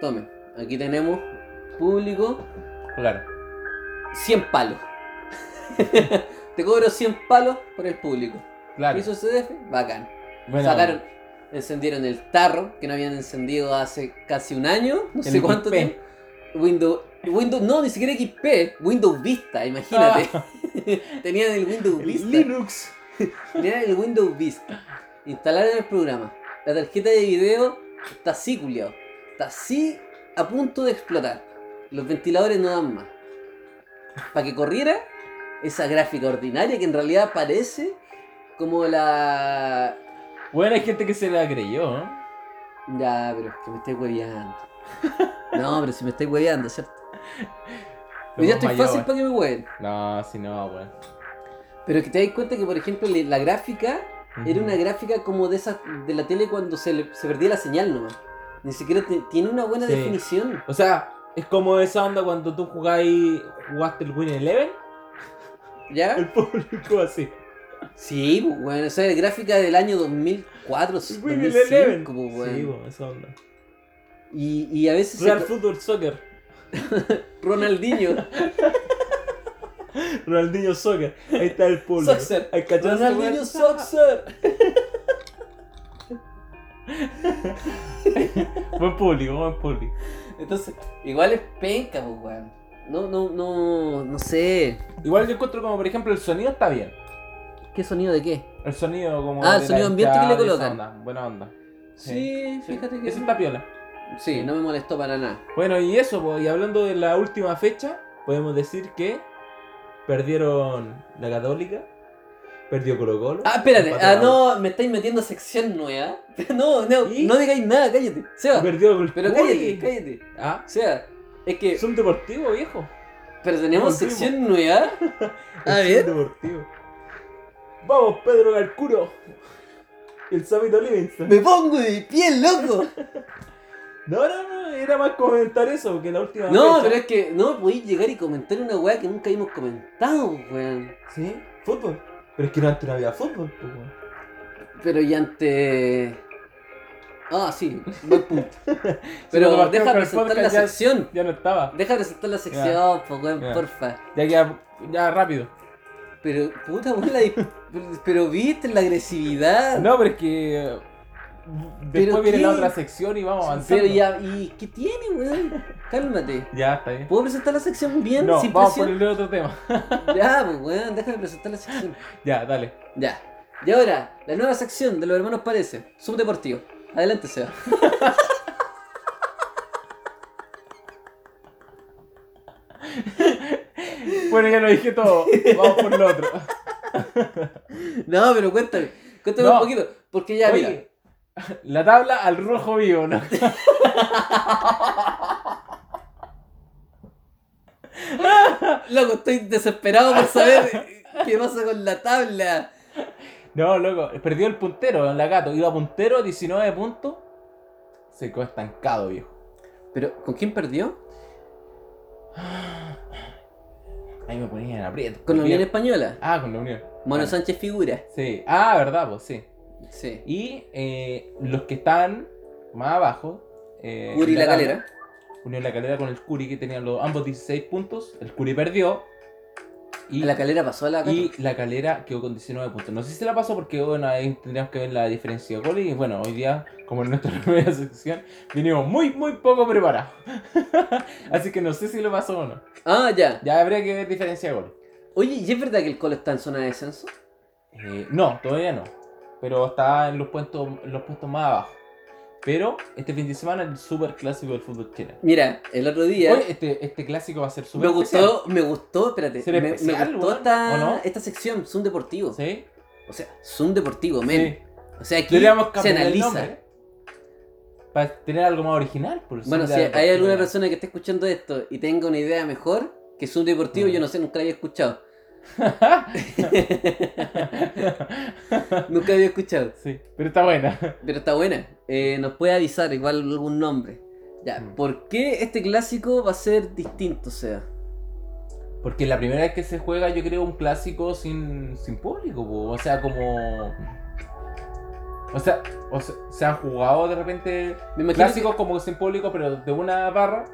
Speaker 2: Tomen, aquí tenemos público,
Speaker 1: Claro.
Speaker 2: 100 palos. Te cobro 100 palos por el público.
Speaker 1: Claro.
Speaker 2: Hizo CDF, bacán.
Speaker 1: Bueno,
Speaker 2: Sacaron, encendieron el tarro que no habían encendido hace casi un año, no
Speaker 1: El
Speaker 2: sé cuánto
Speaker 1: XP.
Speaker 2: tiempo. Windows, Windows, no, ni siquiera XP, Windows Vista, imagínate.
Speaker 1: Ah.
Speaker 2: Tenían el Windows Vista.
Speaker 1: Linux.
Speaker 2: Tenían el Windows Vista. Instalaron el programa. La tarjeta de video está así, culiao. Está así a punto de explotar. Los ventiladores no dan más. Para que corriera esa gráfica ordinaria que en realidad parece como la
Speaker 1: Bueno, hay gente que se la creyó, ¿eh?
Speaker 2: Ya, pero es que me estáis hueveando. No, pero si me estáis hueveando, ¿cierto? Yo
Speaker 1: Los más
Speaker 2: ya estoy
Speaker 1: mayores.
Speaker 2: fácil para que me hueven.
Speaker 1: No, si no, weón.
Speaker 2: Pero es que te das cuenta que, por ejemplo, le- la gráfica era una gráfica como de esas de la tele cuando se, le- se perdía la señal nomás. Ni siquiera te- tiene una buena
Speaker 1: Sí.
Speaker 2: definición.
Speaker 1: O sea, es como esa onda cuando tú jugáis, jugaste el Win Eleven,
Speaker 2: ¿Ya?
Speaker 1: el público así.
Speaker 2: Sí, pues, bueno, esa es la gráfica del año 2004,
Speaker 1: El Win Eleven.
Speaker 2: 2005, pues,
Speaker 1: Sí,
Speaker 2: bueno.
Speaker 1: po, esa onda.
Speaker 2: Y, y a veces. se
Speaker 1: Real
Speaker 2: co-
Speaker 1: Football Soccer.
Speaker 2: Ronaldinho.
Speaker 1: Ronaldinho Soccer. Ahí está el pueblo.
Speaker 2: Soccer.
Speaker 1: Hay que echarse,
Speaker 2: Ronaldinho
Speaker 1: weón.
Speaker 2: Soxer.
Speaker 1: Buen público, buen público.
Speaker 2: Entonces, igual es penca, pues, weón. No, no, no, no sé.
Speaker 1: Igual yo encuentro como, por ejemplo, el sonido está bien.
Speaker 2: ¿Qué sonido de qué?
Speaker 1: El sonido como.
Speaker 2: Ah, el
Speaker 1: de la
Speaker 2: sonido ambiente que le
Speaker 1: entrada y esa
Speaker 2: colocan.
Speaker 1: onda, Buena onda.
Speaker 2: Sí, fíjate que.
Speaker 1: Eso está piola.
Speaker 2: Sí, no me molestó para nada.
Speaker 1: Bueno, y eso, po, y hablando de la última fecha, podemos decir que perdieron la Católica, perdió Colo Colo.
Speaker 2: Ah, espérate,
Speaker 1: empató
Speaker 2: ah,
Speaker 1: la U,
Speaker 2: no, me estáis metiendo sección nueva. No, no,
Speaker 1: ¿Y?
Speaker 2: no digáis nada, cállate.
Speaker 1: y
Speaker 2: Seba,
Speaker 1: Perdió Colo
Speaker 2: pero cállate, cállate.
Speaker 1: Ah,
Speaker 2: Seba, es que.
Speaker 1: es un deportivo, viejo.
Speaker 2: Pero tenemos
Speaker 1: Volvimos.
Speaker 2: sección nueva. A
Speaker 1: Es
Speaker 2: ver.
Speaker 1: un deportivo. Vamos, Pedro Garcuro. El Sabito Livingston.
Speaker 2: Me pongo de pie, loco.
Speaker 1: No, no, no, era más comentar eso que la última
Speaker 2: No,
Speaker 1: fecha.
Speaker 2: pero es que no podéis llegar y comentar una weá que nunca hemos comentado, weón.
Speaker 1: Sí, fútbol. Pero es que no antes no había fútbol, po, weón.
Speaker 2: Pero y ante. Ah, sí, buen punto.
Speaker 1: lo
Speaker 2: Pero
Speaker 1: compartimos
Speaker 2: deja
Speaker 1: con el
Speaker 2: presentar la
Speaker 1: podcast, ya-
Speaker 2: sección.
Speaker 1: Ya no estaba.
Speaker 2: Deja presentar la sección, po, weón,
Speaker 1: Ya.
Speaker 2: porfa.
Speaker 1: Ya queda, ya rápido.
Speaker 2: Pero, puta, weón, la dis- pero- pero viste la agresividad.
Speaker 1: No, pero es que. eh, Después viene
Speaker 2: qué?
Speaker 1: la otra sección y vamos avanzando.
Speaker 2: pero ya, ¿y qué tiene, weón? Cálmate.
Speaker 1: Ya, está bien.
Speaker 2: ¿Puedo presentar la sección bien?
Speaker 1: No,
Speaker 2: sin
Speaker 1: vamos a
Speaker 2: presión?
Speaker 1: ponerle otro tema.
Speaker 2: Ya, pues, weón, déjame presentar la sección.
Speaker 1: Ya, dale.
Speaker 2: Ya. Y ahora, la nueva sección de los hermanos parece, subdeportivo. Adelante, Seba.
Speaker 1: Bueno, ya lo dije todo. Vamos por lo otro.
Speaker 2: No, pero cuéntame, cuéntame
Speaker 1: No.
Speaker 2: un poquito. Porque ya, mira,
Speaker 1: Oye, la tabla al rojo vivo, ¿no?
Speaker 2: loco, estoy desesperado por saber qué pasa con la tabla.
Speaker 1: No, loco. Perdió el puntero, la gato. Iba puntero, 19 puntos. Se quedó estancado, viejo.
Speaker 2: Pero, ¿con quién perdió?
Speaker 1: Ahí me ponían en aprieto.
Speaker 2: Con la Unión
Speaker 1: Bien.
Speaker 2: Española.
Speaker 1: Ah, con la Unión.
Speaker 2: Mono
Speaker 1: Vale.
Speaker 2: Sánchez figura.
Speaker 1: Sí. Ah, verdad, pues sí.
Speaker 2: Sí.
Speaker 1: Y eh, los que están más abajo. Eh,
Speaker 2: Uri
Speaker 1: en
Speaker 2: la
Speaker 1: tabla,
Speaker 2: calera.
Speaker 1: Unión La Calera con el Curi que tenían los, ambos 16 puntos. El Curi perdió. Y
Speaker 2: La calera pasó a la
Speaker 1: y la calera quedó con 19 puntos. No sé si se la pasó porque bueno, ahí tendríamos que ver la diferencia de goles. Y bueno, hoy día, como en nuestra primera sección, vinimos muy, muy poco preparados. Así que no sé si lo pasó o no.
Speaker 2: Ah, ya.
Speaker 1: Ya habría que ver diferencia de goles.
Speaker 2: Oye, ¿y es verdad que el Colo está en zona de descenso?
Speaker 1: Eh, no, todavía no. Pero está en los puestos, en los puestos más abajo. Pero este fin de semana el super clásico del fútbol chileno.
Speaker 2: Mira, el otro día
Speaker 1: Hoy este, este clásico va a ser
Speaker 2: me
Speaker 1: super
Speaker 2: gustó, me gustó, espérate,
Speaker 1: Será
Speaker 2: me, me
Speaker 1: especial,
Speaker 2: gustó
Speaker 1: weón,
Speaker 2: esta,
Speaker 1: ¿o no?
Speaker 2: esta sección, Zoom Deportivo.
Speaker 1: ¿Sí?
Speaker 2: O sea, Zoom Deportivo, men.
Speaker 1: Sí.
Speaker 2: O sea, aquí
Speaker 1: Deberíamos
Speaker 2: se
Speaker 1: cambiar el
Speaker 2: analiza.
Speaker 1: nombre. ¿eh? Para tener algo más original. por
Speaker 2: Bueno, si
Speaker 1: decirlo de
Speaker 2: hay alguna
Speaker 1: manera.
Speaker 2: persona que esté escuchando esto y tenga una idea mejor, que es un deportivo,
Speaker 1: Mm.
Speaker 2: yo no sé, nunca la había escuchado. Nunca la había escuchado.
Speaker 1: sí, pero está buena.
Speaker 2: Pero está buena. Eh, nos puede avisar igual algún nombre. Ya,
Speaker 1: Mm.
Speaker 2: ¿por qué este clásico va a ser distinto, o sea?
Speaker 1: Porque la primera vez que se juega, yo creo, un clásico sin, sin público, po. o sea, como. O sea, o se- se han jugado de repente
Speaker 2: Me imagino que-
Speaker 1: clásicos como sin público, pero de una barra.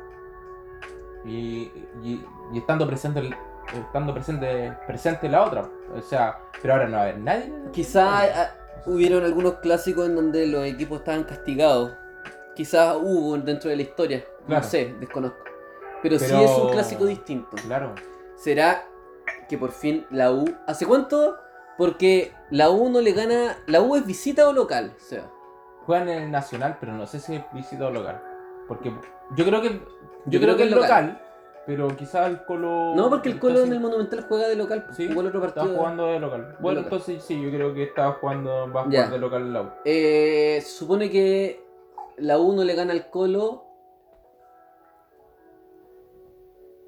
Speaker 1: Y, y- y estando presente el- estando presente presente la otra. O sea, pero ahora no va a haber nadie.
Speaker 2: Quizá ah, hubieron algunos clásicos en donde los equipos estaban castigados. Quizás hubo dentro de la historia.
Speaker 1: Claro.
Speaker 2: No sé, desconozco. Pero, sí
Speaker 1: Pero-
Speaker 2: es un clásico distinto.
Speaker 1: Claro.
Speaker 2: ¿Será que por fin la U... ¿Hace cuánto? Porque la U no le gana... ¿La U es visita o local? O sea,
Speaker 1: Juegan en el Nacional, pero no sé si es visita o local. Porque yo creo que. Yo, creo,
Speaker 2: Yo creo
Speaker 1: que es
Speaker 2: local.
Speaker 1: local, pero quizás el Colo.
Speaker 2: no, porque el Colo en
Speaker 1: entonces
Speaker 2: el Monumental juega de local. pues,
Speaker 1: Sí,
Speaker 2: jugó el otro
Speaker 1: Estaba
Speaker 2: partido.
Speaker 1: jugando de local. Bueno,
Speaker 2: local.
Speaker 1: entonces sí, yo creo que estaba jugando. Va a jugar
Speaker 2: Ya.
Speaker 1: de local la U.
Speaker 2: Eh, se supone que la U no le gana al Colo...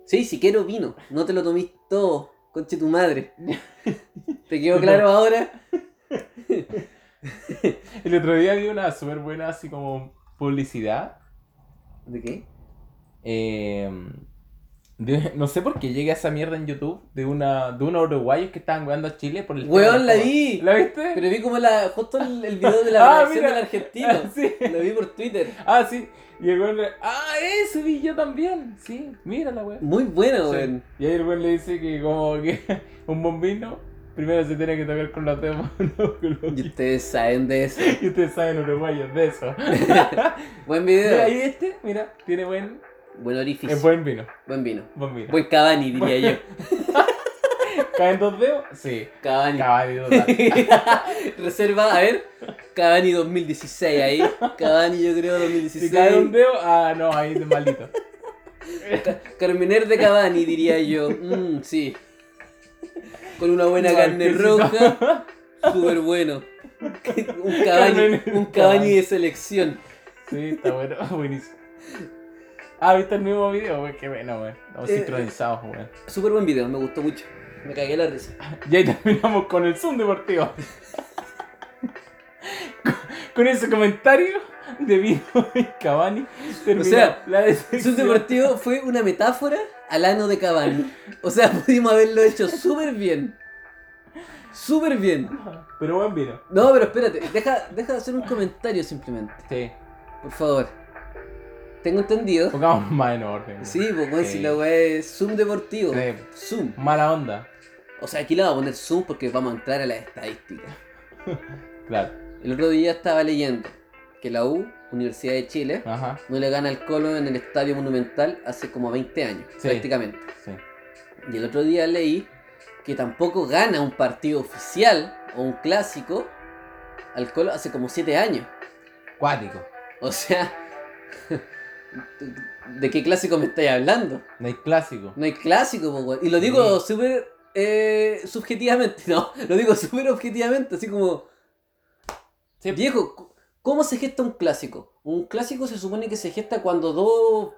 Speaker 2: Sí, si quiero vino. No te lo tomís todo. Conche tu madre. ¿Te quedó claro ahora?
Speaker 1: El otro día vi una súper buena, así como publicidad.
Speaker 2: ¿De qué?
Speaker 1: eh, de- no sé por qué llegué a esa mierda en YouTube de una de unos uruguayos que estaban weando a Chile por el tema
Speaker 2: Weón,
Speaker 1: del
Speaker 2: la
Speaker 1: juego.
Speaker 2: vi.
Speaker 1: ¿La viste?
Speaker 2: Pero vi como la, justo el, el video de
Speaker 1: Ah,
Speaker 2: la reacción
Speaker 1: mira.
Speaker 2: del argentino.
Speaker 1: sí.
Speaker 2: Lo vi por Twitter.
Speaker 1: Ah, sí. Y el weón le... Ah, eso vi yo también. Sí, mira la weón.
Speaker 2: Muy bueno,
Speaker 1: Sí.
Speaker 2: weón.
Speaker 1: Y ahí el weón le dice que como que un bombino primero se tiene que tocar con los dedos. no con los
Speaker 2: Y
Speaker 1: pies.
Speaker 2: ustedes saben de eso.
Speaker 1: Y ustedes saben uruguayos de eso.
Speaker 2: Buen
Speaker 1: Mira,
Speaker 2: video.
Speaker 1: ahí este, mira, tiene buen,
Speaker 2: Buen orificio.
Speaker 1: es buen vino.
Speaker 2: Buen vino.
Speaker 1: Buen vino.
Speaker 2: Buen Cavani, diría yo.
Speaker 1: ¿Caen dos dedos? Sí.
Speaker 2: Cavani.
Speaker 1: Cabal, total.
Speaker 2: Reserva, a ver. Cavani 2016 ahí. Cavani yo creo
Speaker 1: Si cae un
Speaker 2: 2016.
Speaker 1: dedo, ah, no, ahí es malito.
Speaker 2: Carminer de Cavani diría yo. Mm, sí. Con una buena
Speaker 1: No,
Speaker 2: carne
Speaker 1: es que si no-
Speaker 2: roja. Súper bueno. Un Cavani,
Speaker 1: Carmen-
Speaker 2: un Cavani de selección.
Speaker 1: Sí, está bueno, buenísimo. Ah, ¿viste el mismo video? Wey, qué bueno, wey. Estamos
Speaker 2: Eh,
Speaker 1: sincronizados, wey.
Speaker 2: Súper buen video, me gustó mucho. Me cagué la risa.
Speaker 1: Y ahí terminamos con el Zoom deportivo. Con- Con ese comentario de Vino y Cavani terminó
Speaker 2: sea,
Speaker 1: la
Speaker 2: El
Speaker 1: decepción.
Speaker 2: Zoom deportivo fue una metáfora al ano de Cavani. O sea, pudimos haberlo hecho súper bien. Súper bien.
Speaker 1: Pero buen vino.
Speaker 2: No, pero espérate, deja, deja de hacer un comentario simplemente,
Speaker 1: Sí,
Speaker 2: por favor. Tengo entendido.
Speaker 1: pongamos más en orden. wey.
Speaker 2: Sí, pues bueno,
Speaker 1: Sí.
Speaker 2: si la weá es Zoom deportivo.
Speaker 1: Sí.
Speaker 2: Zoom.
Speaker 1: Mala onda.
Speaker 2: O sea, aquí la voy a poner Zoom porque vamos a entrar a las estadísticas.
Speaker 1: Claro.
Speaker 2: El otro día estaba leyendo que la U, Universidad de Chile,
Speaker 1: Ajá,
Speaker 2: no le gana al Colo en el Estadio Monumental hace como 20 años,
Speaker 1: Sí.
Speaker 2: prácticamente.
Speaker 1: sí.
Speaker 2: Y el otro día leí que tampoco gana un partido oficial o un clásico al Colo hace como 7 años.
Speaker 1: Cuático.
Speaker 2: O sea, ¿de qué clásico me estáis hablando?
Speaker 1: No hay clásico.
Speaker 2: No hay clásico, po, weón. Y lo digo súper eh, subjetivamente, no, lo digo súper objetivamente, así como,
Speaker 1: Sí,
Speaker 2: viejo, cu- ¿cómo se gesta un clásico? Un clásico se supone que se gesta cuando dos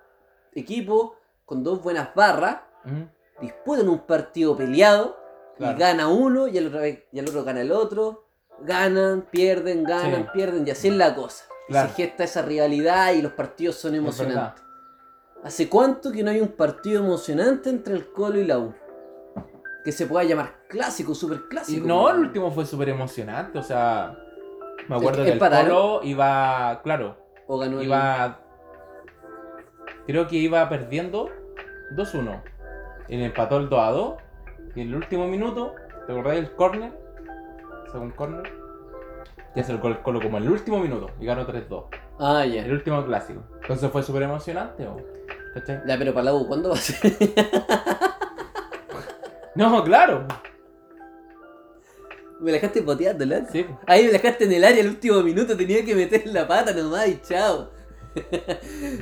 Speaker 2: equipos con dos buenas barras
Speaker 1: Mm,
Speaker 2: disputan un partido peleado
Speaker 1: Claro.
Speaker 2: y gana uno y al, otro, y al otro gana el otro. Ganan, pierden, ganan,
Speaker 1: Sí.
Speaker 2: pierden y así es la cosa. Y
Speaker 1: Claro.
Speaker 2: Se gesta esa rivalidad y los partidos son
Speaker 1: es verdad.
Speaker 2: emocionantes. ¿Hace cuánto que no hay un partido emocionante entre el Colo y la U? Que se pueda llamar clásico, super
Speaker 1: Y
Speaker 2: clásico.
Speaker 1: no, el último fue súper emocionante, o sea, me acuerdo
Speaker 2: El-
Speaker 1: que el
Speaker 2: empataron.
Speaker 1: Colo iba, claro,
Speaker 2: O ganó el-
Speaker 1: iba, creo que iba perdiendo 2-1, el empató el 2-2, y en el último minuto, ¿te acordás del córner? Según córner, ya se el gol el Colo como en el último minuto, y ganó 3-2,
Speaker 2: Ah, ya.
Speaker 1: el último clásico, entonces fue súper emocionante, ¿o? ¿cachai?
Speaker 2: Ya, pero para la U, ¿cuándo va a ser?
Speaker 1: No, claro,
Speaker 2: me la dejaste boteando, ¿la?
Speaker 1: sí,
Speaker 2: Ahí me la dejaste en el área el último minuto, tenía que meter la pata nomás y chao.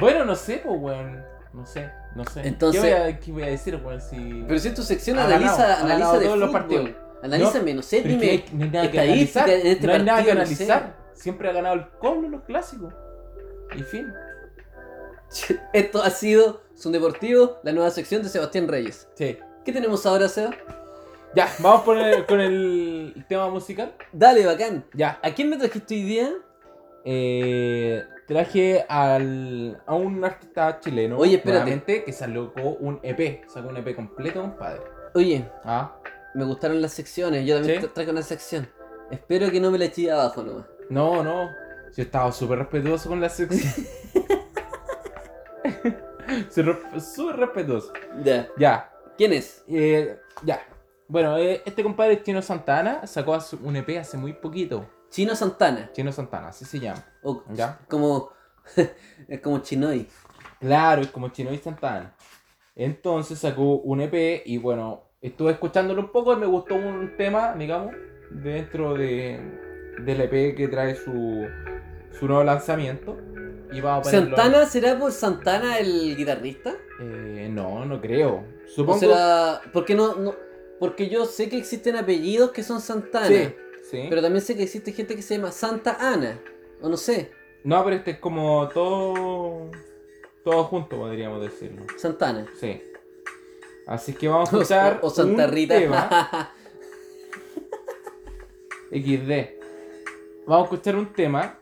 Speaker 1: bueno, no sé, pues, weón, no sé. No sé.
Speaker 2: Entonces-
Speaker 1: ¿Qué, voy a, qué voy a decir, weón? Si...
Speaker 2: Pero si en tu sección
Speaker 1: Ha
Speaker 2: analiza,
Speaker 1: ganado, ha
Speaker 2: analiza
Speaker 1: ganado
Speaker 2: de
Speaker 1: todos los
Speaker 2: fútbol.
Speaker 1: partidos.
Speaker 2: Analízame, no, sé,
Speaker 1: Pero es
Speaker 2: dime.
Speaker 1: que no hay nada que
Speaker 2: estadística
Speaker 1: analizar.
Speaker 2: en este
Speaker 1: no hay nada que
Speaker 2: partido, no sé.
Speaker 1: analizar. Siempre ha ganado el Colo en los clásicos. Y fin.
Speaker 2: Esto ha sido Zoom Deportivo, la nueva sección de Sebastián Reyes.
Speaker 1: Sí.
Speaker 2: ¿Qué tenemos ahora, Seba?
Speaker 1: Ya, vamos por el- con el tema musical.
Speaker 2: Dale, bacán.
Speaker 1: Ya.
Speaker 2: ¿A quién me trajiste hoy día?
Speaker 1: Eh, traje al, a un artista chileno.
Speaker 2: Oye, espérate.
Speaker 1: nuevamente, Que sacó un EP. Sacó un EP completo, compadre.
Speaker 2: Oye,
Speaker 1: Ah.
Speaker 2: me gustaron las secciones, yo también
Speaker 1: ¿Sí?
Speaker 2: tra- traigo una sección. Espero que no me la eché abajo nomás.
Speaker 1: No, no. Yo estaba súper respetuoso con la sección. Súper súper respetuoso.
Speaker 2: Ya.
Speaker 1: Ya.
Speaker 2: ¿Quién es?
Speaker 1: Eh, ya. Bueno, eh, este compadre es Chino Santana. Sacó hace- un EP hace muy poquito.
Speaker 2: Chino Santana.
Speaker 1: Chino Santana, así se llama.
Speaker 2: O
Speaker 1: Ya.
Speaker 2: como. es como Chinoy.
Speaker 1: Claro, es como Chino y Santana. Entonces sacó un EP y bueno, estuve escuchándolo un poco y me gustó un tema, digamos, dentro de, del EP que trae su, su nuevo lanzamiento. Y vamos a ponerlo-
Speaker 2: ¿Santana será por Santana el guitarrista?
Speaker 1: Eh, no, no creo.
Speaker 2: O
Speaker 1: Supongo.
Speaker 2: será. ¿Por qué no, no? Porque yo sé que existen apellidos que son Santana.
Speaker 1: Sí, sí.
Speaker 2: Pero también sé que existe gente que se llama Santa Ana. O no sé,
Speaker 1: No, pero este es como todo. Todo junto, podríamos decirlo.
Speaker 2: Santana.
Speaker 1: Sí. Así que vamos a
Speaker 2: O,
Speaker 1: escuchar
Speaker 2: o Santa
Speaker 1: un
Speaker 2: Rita.
Speaker 1: tema XD. Vamos a escuchar un tema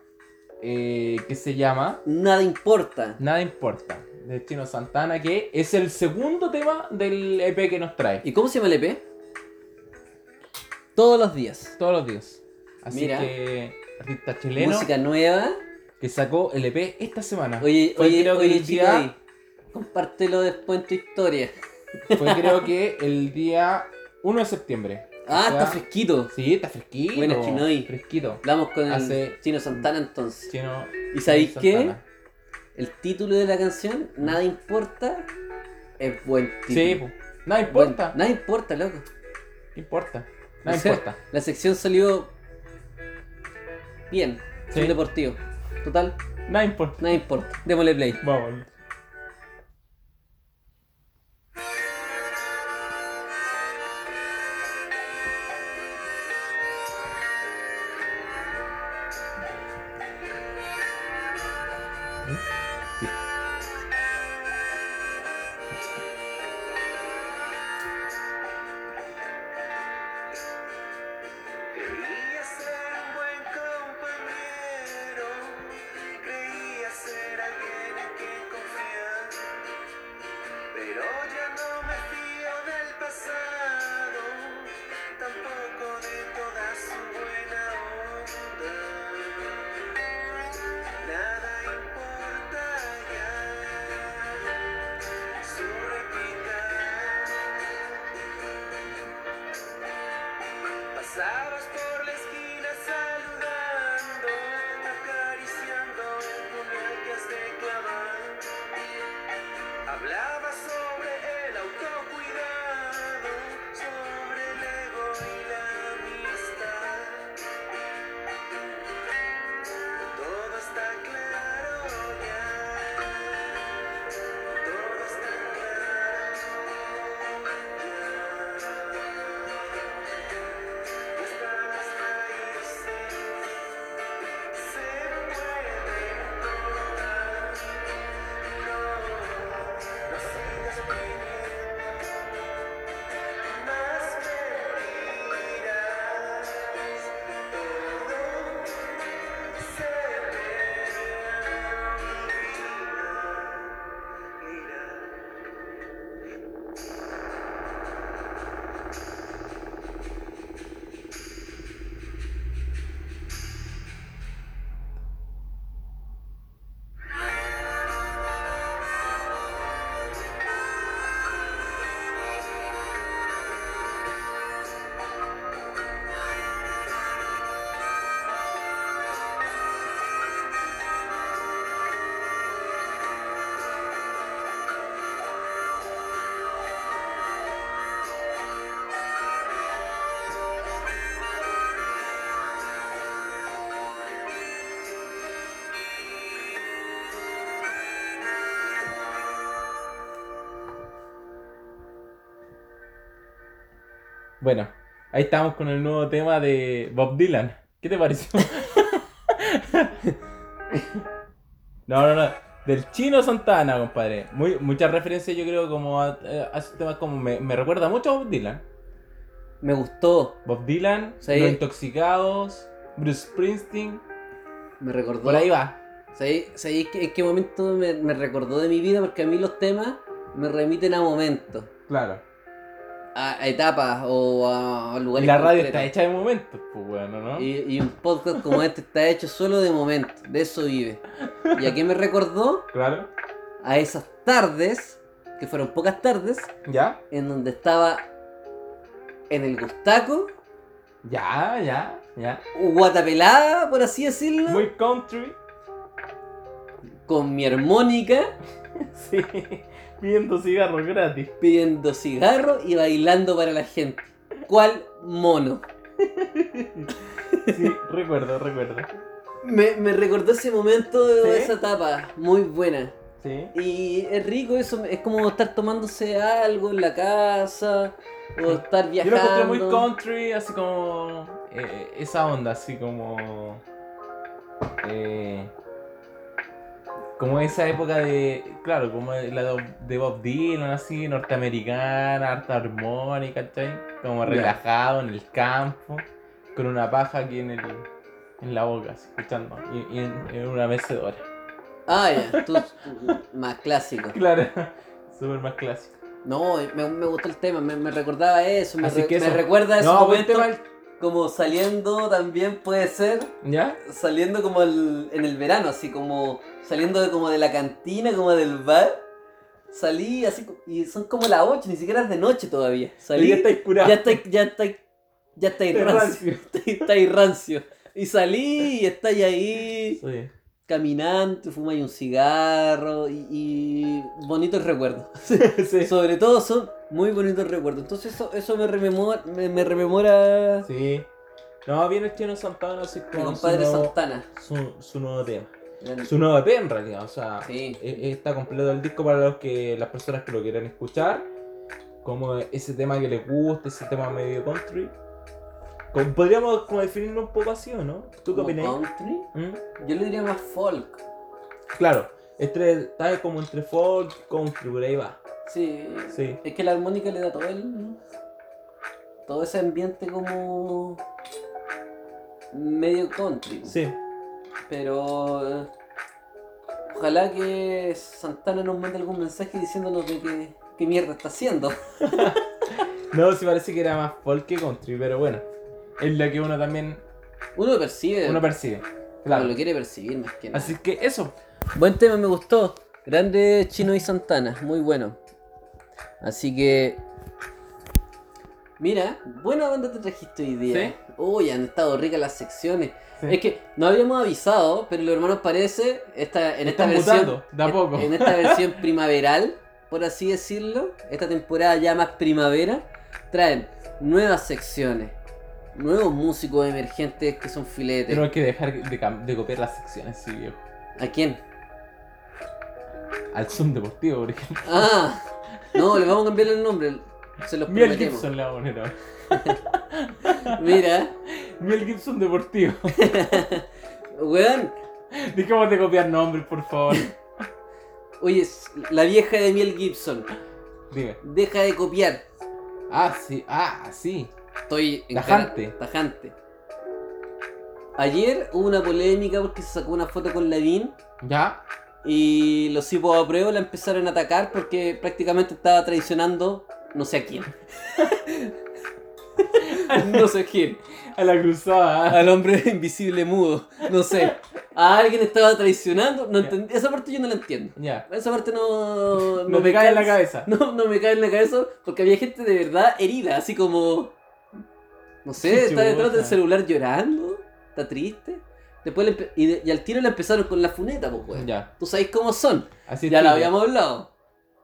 Speaker 1: eh, que se llama
Speaker 2: Nada importa.
Speaker 1: Nada importa de Chino Santana, que es el segundo tema del EP que nos trae.
Speaker 2: ¿Y cómo se llama el EP? Todos los días.
Speaker 1: Todos los días. Así
Speaker 2: Mira.
Speaker 1: que artista chileno
Speaker 2: Música nueva.
Speaker 1: que sacó el EP esta semana.
Speaker 2: Oye,
Speaker 1: Fue
Speaker 2: oye,
Speaker 1: Pues creo que
Speaker 2: oye,
Speaker 1: el día-
Speaker 2: Chiqui, compártelo después en tu historia.
Speaker 1: Fue creo que el día 1 de septiembre.
Speaker 2: Ah,
Speaker 1: O sea,
Speaker 2: está fresquito.
Speaker 1: Sí, está fresquito.
Speaker 2: Buena, Chinoy.
Speaker 1: Fresquito.
Speaker 2: Hablamos con el
Speaker 1: Hace-
Speaker 2: Chino Santana entonces.
Speaker 1: Chino.
Speaker 2: ¿Y sabéis
Speaker 1: Chino
Speaker 2: qué?
Speaker 1: Santana.
Speaker 2: El título de la canción, Nada Importa, es buen título.
Speaker 1: Sí, po. Nada
Speaker 2: Buen-
Speaker 1: importa.
Speaker 2: Nada importa, loco.
Speaker 1: No importa.
Speaker 2: O
Speaker 1: Nada
Speaker 2: sea,
Speaker 1: importa.
Speaker 2: La sección salió bien,
Speaker 1: Sí.
Speaker 2: muy deportivo. Total,
Speaker 1: Nada importa.
Speaker 2: nada importa. Démosle play.
Speaker 1: Vamos.
Speaker 3: Creía ser un buen compañero, creía ser alguien en quien confiar, pero ya no me fío del pasado, tampoco de toda su buena onda. Nada importa ya su repicar. Pasabas por la esquina saludando, acariciando el puñal que has de clavar. Hablabas sobre el autocuidado, sobre el ego y la amistad. Todo está claro ya. Todo está claro ya. Estas raíces se pueden cortar. No, no sigas pidiendo más mentiras. Todo se perderá. Mira, mira.
Speaker 1: Bueno, ahí estamos con el nuevo tema de Bob Dylan. ¿Qué te pareció? no, no, no. Del chino Santana, compadre. Muy, muchas referencias, yo creo, como a, eh, a esos temas como me, me recuerda mucho a Bob Dylan.
Speaker 2: Me gustó,
Speaker 1: Bob Dylan,
Speaker 2: Sí.
Speaker 1: Los Intoxicados, Bruce Springsteen.
Speaker 2: me recordó.
Speaker 1: Por ahí va.
Speaker 2: ¿Sabéis, sabéis que- en qué momento me, me recordó de mi vida? Porque a mí los temas me remiten a momentos,
Speaker 1: Claro.
Speaker 2: a, a etapas o a, a
Speaker 1: Y
Speaker 2: lugares.
Speaker 1: la radio está
Speaker 2: concretos.
Speaker 1: hecha de momentos, pues bueno, ¿no?
Speaker 2: Y, y un podcast como este está hecho solo de momentos, de eso vive. ¿Y a qué me recordó?
Speaker 1: Claro.
Speaker 2: A esas tardes, que fueron pocas tardes,
Speaker 1: ¿Ya?
Speaker 2: en donde estaba en el Gustaco,
Speaker 1: Ya, ya, ya.
Speaker 2: guatapelada, por así decirlo,
Speaker 1: Muy country.
Speaker 2: con mi armónica,
Speaker 1: Sí. Viendo cigarros gratis.
Speaker 2: pidiendo cigarro y bailando para la gente. ¿Cuál mono?
Speaker 1: Sí, recuerdo, recuerdo.
Speaker 2: Me, me recordó ese momento de
Speaker 1: ¿Sí?
Speaker 2: esa etapa, muy buena.
Speaker 1: Sí.
Speaker 2: Y es rico eso, es como estar tomándose algo en la casa, o estar
Speaker 1: Yo lo
Speaker 2: viajando.
Speaker 1: encontré muy country, así como. eh, esa onda, así como. eh, como esa época de. Claro, como de la de de Bob Dylan, así, norteamericana, harta armónica, ¿cachai? Como
Speaker 2: Ya.
Speaker 1: relajado en el campo, con una paja aquí en, el, en la boca, así, escuchando, y, y en, en una mecedora.
Speaker 2: Ah, ya, tú, tú- más clásico.
Speaker 1: Claro, súper más clásico.
Speaker 2: No, me, me gustó el tema, me, me recordaba eso, me,
Speaker 1: Así
Speaker 2: re-
Speaker 1: que
Speaker 2: me
Speaker 1: eso.
Speaker 2: recuerda a ese
Speaker 1: No, buen
Speaker 2: momento
Speaker 1: tema.
Speaker 2: como saliendo también puede ser,
Speaker 1: ¿Ya?
Speaker 2: saliendo como el- en el verano, así como saliendo de, como de la cantina, como del bar. Salí así co- y son como las 8, ni siquiera es de noche todavía.
Speaker 1: Y
Speaker 2: Salí,
Speaker 1: ya estáis curado.
Speaker 2: ya estáis, ya estáis, ya estáis
Speaker 1: Estáis
Speaker 2: rancio,
Speaker 1: rancio.
Speaker 2: estáis- estáis rancio. Y salí y estáis ahí
Speaker 1: Sí.
Speaker 2: caminando, fumáis un cigarro y, y bonitos recuerdos.
Speaker 1: Sí.
Speaker 2: Sobre todo son muy bonitos recuerdos. Entonces eso, eso me rememora, me, me rememora
Speaker 1: Sí. No, viene el chino Santana así
Speaker 2: mi
Speaker 1: como su
Speaker 2: compadre
Speaker 1: nuevo,
Speaker 2: Santana.
Speaker 1: su, su nuevo tema. Su nuevo tema en realidad, o sea,
Speaker 2: Sí.
Speaker 1: e- está completo el disco para los que las personas que lo quieran escuchar. Como ese tema que les gusta, ese tema medio country. Como- podríamos como definirlo un poco así, ¿o no? ¿Tú qué
Speaker 2: Como
Speaker 1: opinas? ¿Mm?
Speaker 2: country. Yo le diría más folk.
Speaker 1: Claro, este está como entre folk y country, por ahí va.
Speaker 2: Sí.
Speaker 1: Sí.
Speaker 2: Es que la armónica le da todo el. Todo ese ambiente como. medio country.
Speaker 1: Sí.
Speaker 2: Pero. eh, Ojalá que Santana nos mande algún mensaje diciéndonos de que, qué mierda está haciendo.
Speaker 1: No, sí parece que era más folk que country, pero bueno. Es lo que uno también
Speaker 2: Uno lo percibe.
Speaker 1: uno percibe.
Speaker 2: Claro.
Speaker 1: Claro.
Speaker 2: lo quiere percibir más que nada.
Speaker 1: Así que eso.
Speaker 2: Buen tema, me gustó. Grande Chino y Santana, muy bueno. Así que. Mira, buena banda te trajiste hoy día.
Speaker 1: Sí.
Speaker 2: Uy, han estado ricas las secciones.
Speaker 1: Sí.
Speaker 2: Es que no habíamos avisado, pero los hermanos parece, esta, en esta
Speaker 1: Están
Speaker 2: versión.
Speaker 1: mutando, de a poco.
Speaker 2: En, en esta versión primaveral, por así decirlo, esta temporada ya más primavera, traen nuevas secciones, nuevos músicos emergentes que son filetes.
Speaker 1: Tenemos que dejar de, cam- de copiar las secciones, sí, viejo.
Speaker 2: ¿A quién?
Speaker 1: Al Zoom Deportivo, por ejemplo.
Speaker 2: Ah, no, le vamos a cambiar el nombre. Se los
Speaker 1: Miel
Speaker 2: prometemos.
Speaker 1: Gibson le vamos a poner ahora.
Speaker 2: Mira,
Speaker 1: Miel Gibson Deportivo.
Speaker 2: weón.
Speaker 1: Dejemos de copiar nombres, por favor.
Speaker 2: Oye, s- la vieja de Miel Gibson,
Speaker 1: Dime.
Speaker 2: deja de copiar.
Speaker 1: Ah, sí, ah, sí.
Speaker 2: Estoy en
Speaker 1: Tajante.
Speaker 2: cara- tajante. Ayer hubo una polémica porque se sacó una foto con Lavín
Speaker 1: ¿Ya?
Speaker 2: y los hipos a prueba la empezaron a atacar porque prácticamente estaba traicionando no sé a quién. no sé a quién.
Speaker 1: A la cruzada. ¿eh?
Speaker 2: al hombre invisible mudo, no sé. A alguien estaba traicionando, no entendí. Esa parte yo no la entiendo.
Speaker 1: Ya.
Speaker 2: Esa parte no.
Speaker 1: No te
Speaker 2: me
Speaker 1: cae en la cabeza.
Speaker 2: No, no me cae en la cabeza porque había gente de verdad herida, así como. No sé,
Speaker 1: Qué
Speaker 2: está detrás del
Speaker 1: chuta.
Speaker 2: celular llorando, está triste. Después le empe- y, de- y al tiro le empezaron con la funeta, pues, weón.
Speaker 1: Ya.
Speaker 2: Tú sabes cómo son,
Speaker 1: Así es
Speaker 2: ya lo
Speaker 1: Twitter.
Speaker 2: habíamos hablado.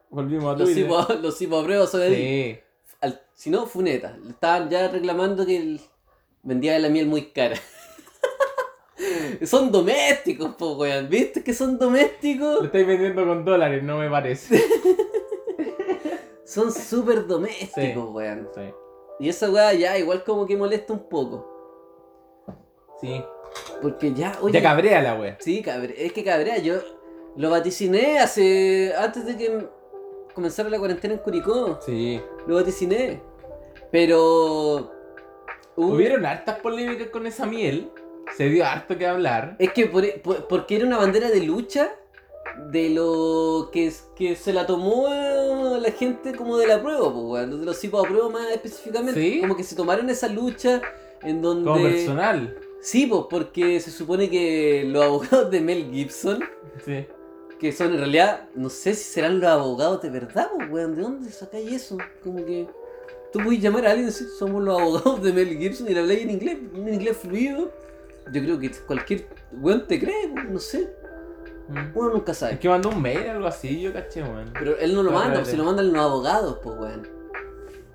Speaker 1: Volvimos a
Speaker 2: Los
Speaker 1: Twitter.
Speaker 2: hipos los hipopruebos son el-
Speaker 1: Sí.
Speaker 2: al- si no, funeta. Le estaban ya reclamando que el- vendía la miel muy cara. son domésticos, po, weón. ¿Viste que son
Speaker 1: Lo
Speaker 2: domésticos?
Speaker 1: estáis vendiendo con dólares, no me parece.
Speaker 2: Son súper domésticos, weón.
Speaker 1: Sí.
Speaker 2: Y esa weá ya igual como que molesta un poco.
Speaker 1: Sí.
Speaker 2: Porque ya, oye.
Speaker 1: Ya cabrea la wea.
Speaker 2: sí, cabre- es que cabrea, yo lo vaticiné hace. antes de que comenzara la cuarentena en Curicó.
Speaker 1: Sí.
Speaker 2: Lo vaticiné. Pero. hubo-
Speaker 1: Hubieron hartas polémicas con esa miel. Se dio harto que hablar.
Speaker 2: Es que por- por- porque era una bandera de lucha de lo que, es- que se la tomó eh, la gente como de la prueba, pues, weón, de los tipos a prueba más específicamente.
Speaker 1: Sí.
Speaker 2: Como que se tomaron esa lucha en donde...
Speaker 1: Como personal.
Speaker 2: Sí, pues, porque se supone que los abogados de Mel Gibson,
Speaker 1: Sí.
Speaker 2: que son en realidad, no sé si serán los abogados de verdad, pues, weón, ¿de dónde sacáis eso? Como que... Tú puedes llamar a alguien y decir, somos los abogados de Mel Gibson y le habláis en inglés, en inglés fluido. Yo creo que cualquier weón te cree, pues, no sé.
Speaker 1: Mm.
Speaker 2: Uno nunca sabe.
Speaker 1: Es que mandó un mail o algo así, yo caché, weón.
Speaker 2: Pero él no lo
Speaker 1: No, espérate.
Speaker 2: manda, pues, si lo mandan los abogados, pues weón.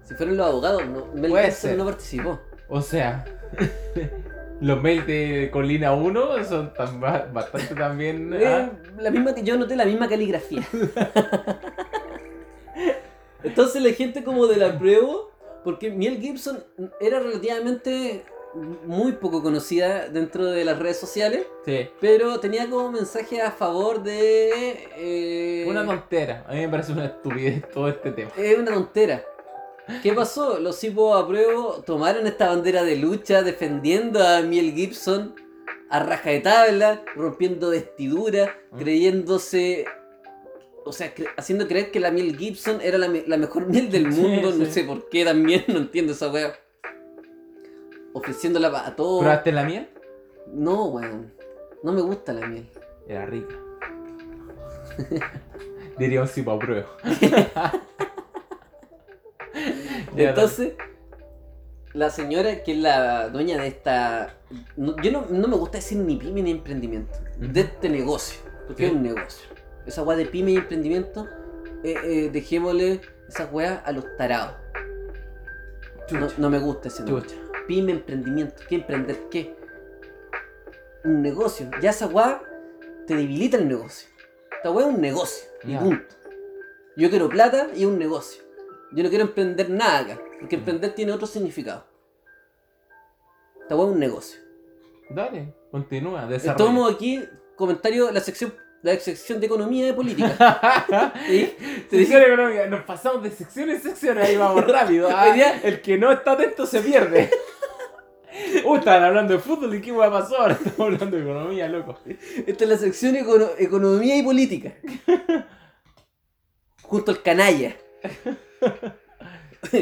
Speaker 2: Si fueron los abogados, no, Mel
Speaker 1: Puede
Speaker 2: Gibson
Speaker 1: ser.
Speaker 2: no participó.
Speaker 1: O sea, los mails de Colina 1 son tan, ba- bastante también.
Speaker 2: Eh,
Speaker 1: ah,
Speaker 2: la misma que yo noté la misma caligrafía. Entonces la gente como de la prueba, porque Miel Gibson era relativamente muy poco conocida dentro de las redes sociales,
Speaker 1: sí.
Speaker 2: pero tenía como mensaje a favor de eh,
Speaker 1: Una tontera. A mí me parece una estupidez todo este tema.
Speaker 2: Es una tontera. ¿Qué pasó? Los hipos a prueba tomaron esta bandera de lucha defendiendo a Miel Gibson a raja de tabla, rompiendo vestiduras,
Speaker 1: Ah.
Speaker 2: creyéndose. O sea, cre- haciendo creer que la miel Gibson era la, me- la mejor miel del
Speaker 1: Sí,
Speaker 2: mundo, no
Speaker 1: sí.
Speaker 2: sé por qué también, no entiendo esa wea. Ofreciéndola pa- a todos.
Speaker 1: ¿Probaste la miel?
Speaker 2: No, weón. No me gusta la miel.
Speaker 1: Era rica. Diría un sipo apruebo. Ya,
Speaker 2: Entonces, la señora que es la dueña de esta. no- yo no, no me gusta decir ni pyme ni emprendimiento.
Speaker 1: Ujú.
Speaker 2: De este negocio. Porque
Speaker 1: Sí.
Speaker 2: es un negocio. Esa weá de pyme y emprendimiento, eh, eh, dejémosle esas weas a los tarados.
Speaker 1: dale.
Speaker 2: No,
Speaker 1: Chucha,
Speaker 2: no me gusta ese nombre.
Speaker 1: chucha.
Speaker 2: Pyme, emprendimiento. ¿Qué emprender qué? Un negocio. Ya esa weá te debilita el negocio. Esta weá es un negocio. Y
Speaker 1: Ya.
Speaker 2: punto. Yo quiero plata y es un negocio. Yo no quiero emprender nada acá. Porque
Speaker 1: Mm.
Speaker 2: emprender tiene otro significado. Esta weá es un negocio.
Speaker 1: Dale, continúa,
Speaker 2: Tomo
Speaker 1: desarrolla.
Speaker 2: aquí comentario de la sección, la sección de economía y política. ¿Sí? Te
Speaker 1: Sección
Speaker 2: dije-
Speaker 1: económica, nos pasamos de sección en sección, ahí vamos rápido. ah,
Speaker 2: Hoy día-
Speaker 1: el que no está atento se pierde. Uy, estaban hablando de fútbol y qué va a pasar. Estamos hablando de economía, loco.
Speaker 2: Esta es la sección econo- economía y política. Junto al canalla.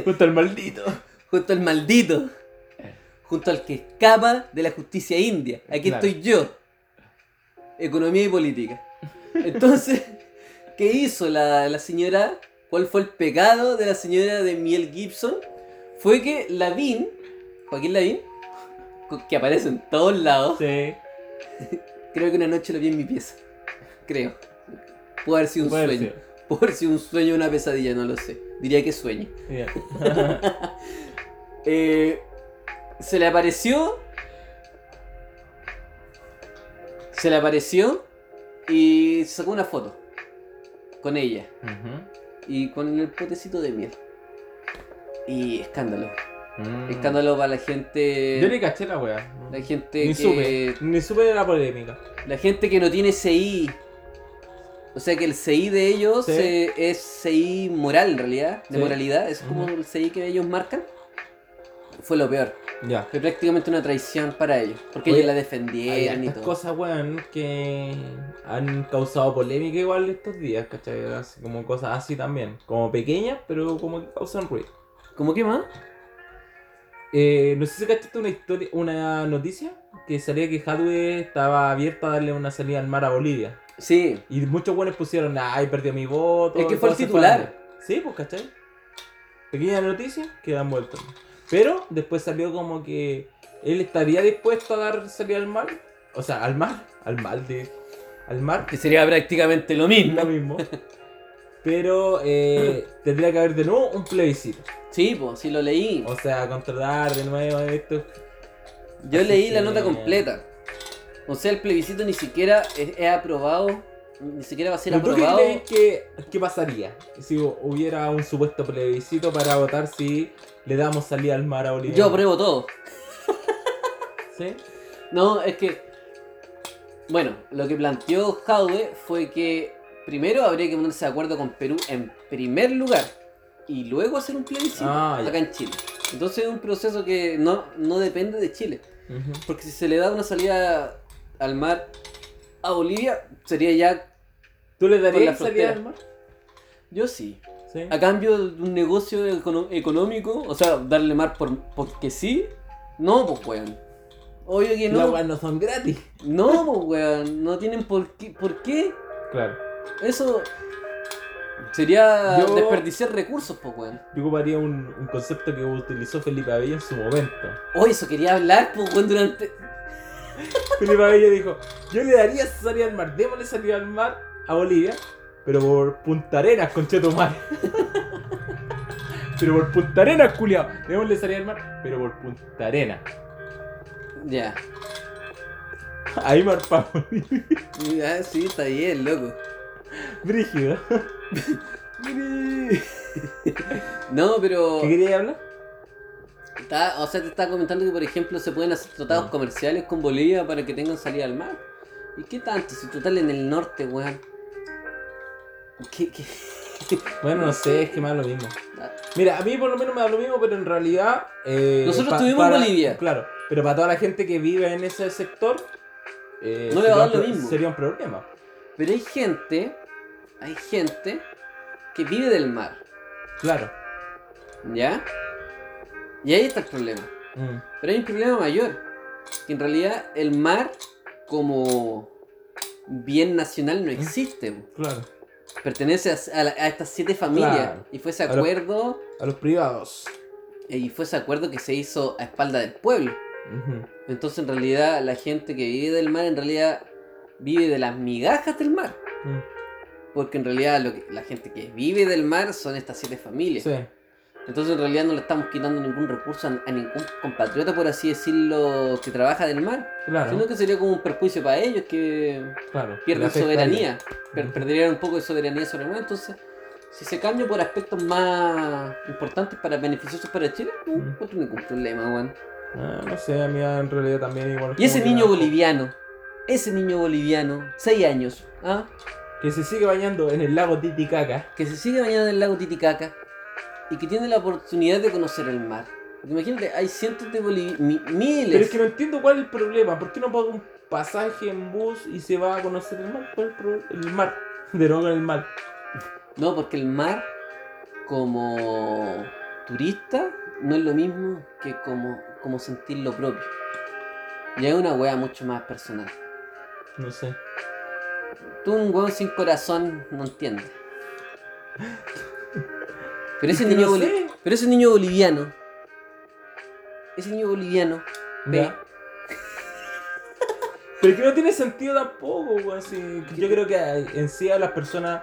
Speaker 1: Justo el maldito.
Speaker 2: Junto al maldito. Junto al que escapa de la justicia india. Aquí
Speaker 1: Claro.
Speaker 2: estoy yo. Economía y política. Entonces, ¿qué hizo la, la señora? ¿Cuál fue el pecado de la señora de Miel Gibson? Fue que Lavín, Joaquín Lavín, co- que aparece en todos lados,
Speaker 1: Sí.
Speaker 2: creo que una noche lo vi en mi pieza. Creo. Puede haber sido un
Speaker 1: puede
Speaker 2: sueño.
Speaker 1: ser.
Speaker 2: Puede haber sido un sueño o una pesadilla, no lo sé. Diría que sueño.
Speaker 1: Ya.
Speaker 2: Eh, se le apareció. Se le apareció y se sacó una foto con ella
Speaker 1: Ujú.
Speaker 2: y con el potecito de miel. Y escándalo.
Speaker 1: Mm.
Speaker 2: Escándalo para la gente.
Speaker 1: Yo ni caché la wea.
Speaker 2: La gente
Speaker 1: Ni
Speaker 2: que.
Speaker 1: supe. Ni supe de la polémica.
Speaker 2: La gente que no tiene CI. O sea que el CI de ellos
Speaker 1: Sí.
Speaker 2: eh, es CI moral en realidad, de
Speaker 1: Sí.
Speaker 2: moralidad, es como
Speaker 1: Ujú.
Speaker 2: el CI que ellos marcan. Fue lo peor.
Speaker 1: Ya.
Speaker 2: Fue prácticamente una traición para ellos, porque
Speaker 1: Oye,
Speaker 2: ellos la
Speaker 1: Hay
Speaker 2: defendieron y
Speaker 1: estas
Speaker 2: todo.
Speaker 1: cosas, weón, que han causado polémica igual estos días, ¿cachai? Así como cosas así también. Como pequeñas, pero como que causan ruido.
Speaker 2: ¿Cómo que más?
Speaker 1: Eh, no sé si cachaste una historia, una noticia que salía que Hadwe estaba abierta a darle una salida al mar a Bolivia.
Speaker 2: Sí,
Speaker 1: Y muchos buenos pusieron, ay, perdió mi voto.
Speaker 2: Es que fue el
Speaker 1: entonces
Speaker 2: titular.
Speaker 1: fueron. Sí, pues, ¿cachai? Pequeña noticia, quedan vueltos. Pero después salió como que él estaría dispuesto a dar salida al mar. O sea, al mar, al mar de... Al mar.
Speaker 2: que sería prácticamente lo mismo.
Speaker 1: Lo mismo. Pero eh, tendría que haber de nuevo un plebiscito.
Speaker 2: Sí, pues, sí lo leí.
Speaker 1: O sea, controlar de nuevo esto.
Speaker 2: Yo
Speaker 1: así
Speaker 2: leí la
Speaker 1: que-
Speaker 2: nota completa. O sea, el plebiscito ni siquiera es, es aprobado, ni siquiera va a ser
Speaker 1: ¿Pero tú qué
Speaker 2: aprobado.
Speaker 1: crees que, que pasaría si hu- hubiera un supuesto plebiscito para votar si le damos salida al mar a Bolivia?
Speaker 2: Yo apruebo todo.
Speaker 1: ¿Sí?
Speaker 2: No, es que. Bueno, lo que planteó Jadwe fue que primero habría que ponerse de acuerdo con Perú en primer lugar y luego hacer un plebiscito
Speaker 1: Ah, ya.
Speaker 2: acá en Chile. Entonces es un proceso que no, no depende de Chile.
Speaker 1: Ujú.
Speaker 2: Porque si se le da una salida al mar a Bolivia, sería ya.
Speaker 1: ¿Tú le
Speaker 2: Con la
Speaker 1: darías salida
Speaker 2: frontera.
Speaker 1: al mar?
Speaker 2: Yo sí.
Speaker 1: ¿Sí?
Speaker 2: A cambio de un negocio econo- económico, o sea, darle mar por, porque sí, no, pues weón. Obvio que
Speaker 1: Las
Speaker 2: no.
Speaker 1: weas no son gratis.
Speaker 2: No, pues weón. No tienen por qué. ¿Por qué?
Speaker 1: Claro.
Speaker 2: Eso sería
Speaker 1: Yo-
Speaker 2: desperdiciar recursos, pues, weón.
Speaker 1: Yo ocuparía un, un concepto que utilizó Felipe Abello en su momento.
Speaker 2: Hoy eso quería hablar, pues, weón, durante.
Speaker 1: Felipe Abello dijo, yo le daría salida al mar, démosle salida al mar a Bolivia, pero por Punta Arenas, conchetumar. pero por Punta Arenas, culiao. Démosle salida al mar, pero por Punta Arenas.
Speaker 2: Ya.
Speaker 1: Ahí marpa Bolivia.
Speaker 2: Ya, Ah, sí, está bien, loco.
Speaker 1: Brígido.
Speaker 2: No, pero.
Speaker 1: ¿Qué quería hablar?
Speaker 2: está- o sea, te estaba comentando que, por ejemplo, se pueden hacer tratados
Speaker 1: Mm.
Speaker 2: comerciales con Bolivia para que tengan salida al mar. ¿Y qué tanto? Si total en el norte, weón. ¿Qué, qué?
Speaker 1: Bueno, no sé, es que me da lo mismo.
Speaker 2: Ah.
Speaker 1: Mira, a mí por lo menos me da lo mismo, pero en realidad... eh,
Speaker 2: Nosotros
Speaker 1: pa-
Speaker 2: estuvimos en
Speaker 1: para-
Speaker 2: Bolivia.
Speaker 1: Claro, pero para toda la gente que vive en ese sector, eh,
Speaker 2: No le va
Speaker 1: sería
Speaker 2: a dar
Speaker 1: un
Speaker 2: lo
Speaker 1: pro-
Speaker 2: mismo.
Speaker 1: Sería un problema.
Speaker 2: Pero hay gente, hay gente que vive del mar,
Speaker 1: Claro.
Speaker 2: ¿ya? Y ahí está el problema.
Speaker 1: Mm.
Speaker 2: Pero hay un problema mayor, que en realidad el mar como bien nacional no existe. po.
Speaker 1: Claro.
Speaker 2: Pertenece a, a la- a estas siete familias.
Speaker 1: Claro.
Speaker 2: Y fue ese
Speaker 1: A lo-
Speaker 2: acuerdo, eh,
Speaker 1: A los privados.
Speaker 2: y fue ese acuerdo que se hizo a espalda del pueblo.
Speaker 1: Ujú.
Speaker 2: Entonces en realidad la gente que vive del mar en realidad vive de las migajas del mar.
Speaker 1: Mm.
Speaker 2: Porque en realidad lo que- la gente que vive del mar son estas siete familias.
Speaker 1: Sí.
Speaker 2: Entonces en realidad no le estamos quitando ningún recurso a, a ningún compatriota, por así decirlo, que trabaja del mar.
Speaker 1: Claro.
Speaker 2: Sino que sería como un perjuicio para ellos que
Speaker 1: claro. Le
Speaker 2: pierden
Speaker 1: afecta a
Speaker 2: soberanía.
Speaker 1: ellos.
Speaker 2: per-
Speaker 1: Ujú.
Speaker 2: perderían un poco de soberanía sobre el mar. Entonces, si se cambia por aspectos más importantes para beneficiosos para Chile, no
Speaker 1: Mm.
Speaker 2: encuentro ningún problema, weón.
Speaker 1: Ah, no sé, a mí en realidad también igual.
Speaker 2: Y ese
Speaker 1: como que
Speaker 2: niño
Speaker 1: me-
Speaker 2: boliviano, ese niño boliviano, 6 años, ¿ah?
Speaker 1: Que se sigue bañando en el lago Titicaca.
Speaker 2: que se sigue bañando en el lago Titicaca y que tiene la oportunidad de conocer el mar. Porque imagínate, hay cientos de bolivianos, miles.
Speaker 1: Pero es que no entiendo cuál es el problema. ¿Por qué no paga un pasaje en bus y se va a conocer el mar? ¿Cuál es el, pro- el mar? De nuevo con el mar.
Speaker 2: No, porque el mar, como turista, no es lo mismo que como, como sentir lo propio. Y es una wea mucho más personal.
Speaker 1: No sé.
Speaker 2: Tú, un weón sin corazón, no entiendes. Pero ese, niño
Speaker 1: no
Speaker 2: boli-
Speaker 1: sé.
Speaker 2: pero ese niño boliviano, ese niño boliviano, ve,
Speaker 1: Ya. Pero es que no tiene sentido tampoco, weón. si- yo creo que en sí a las personas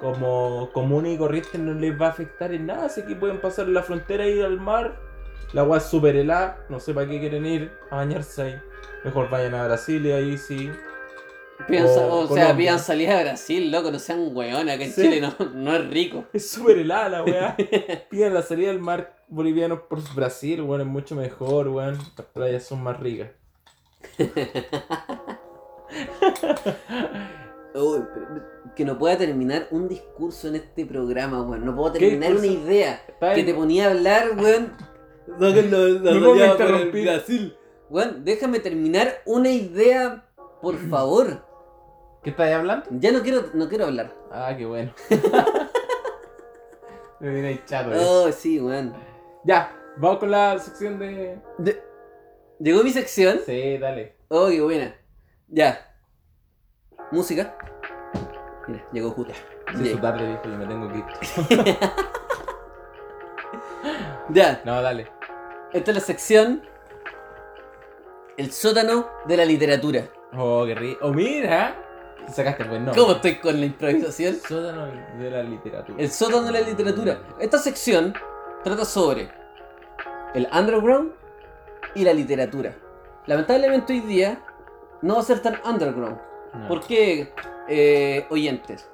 Speaker 1: como comunes y corrientes no les va a afectar en nada, así que pueden pasar la frontera e ir al mar. La agua es super helada, no sé para qué quieren ir a bañarse ahí. Mejor vayan a Brasil y ahí sí.
Speaker 2: piensa-
Speaker 1: O
Speaker 2: o, sea,
Speaker 1: Colombia.
Speaker 2: pidan salir a Brasil, loco, no sean weones, que en
Speaker 1: Sí.
Speaker 2: Chile no, no es rico.
Speaker 1: Es super helada la weá. Pidan la salida del mar boliviano por Brasil, weón, es mucho mejor, weón. Las playas son más ricas.
Speaker 2: Uy, pero- que no pueda terminar un discurso en este programa, weón. No puedo
Speaker 1: ¿Qué
Speaker 2: terminar una
Speaker 1: discurso?
Speaker 2: idea.
Speaker 1: Está
Speaker 2: Que
Speaker 1: en-
Speaker 2: te ponía a hablar, weón. No, que lo,
Speaker 1: No me voy a interrumpir.
Speaker 2: Weón, déjame terminar una idea, por favor.
Speaker 1: ¿Qué estáis hablando?
Speaker 2: Ya no quiero, no quiero hablar.
Speaker 1: Ah, qué bueno. Me viene chato. eh.
Speaker 2: Oh, sí, weón.
Speaker 1: Ya, vamos con la sección de.
Speaker 2: De- Llegó mi sección.
Speaker 1: Sí, dale.
Speaker 2: Oh, qué buena. Ya. Música. Mira, llegó justo.
Speaker 1: Si
Speaker 2: Ya.
Speaker 1: es tarde, viejo, yo me tengo que ir.
Speaker 2: ya.
Speaker 1: No, dale.
Speaker 2: Esta es la sección. El sótano de la literatura.
Speaker 1: Oh, qué rico. Oh, mira. Te sacaste pues no.
Speaker 2: ¿Cómo estoy con la improvisación?
Speaker 1: Sótano de la literatura.
Speaker 2: El sótano de la literatura. Esta sección trata sobre el underground y la literatura. Lamentablemente hoy día no va a ser tan underground.
Speaker 1: No.
Speaker 2: ¿Por qué, eh, oyentes?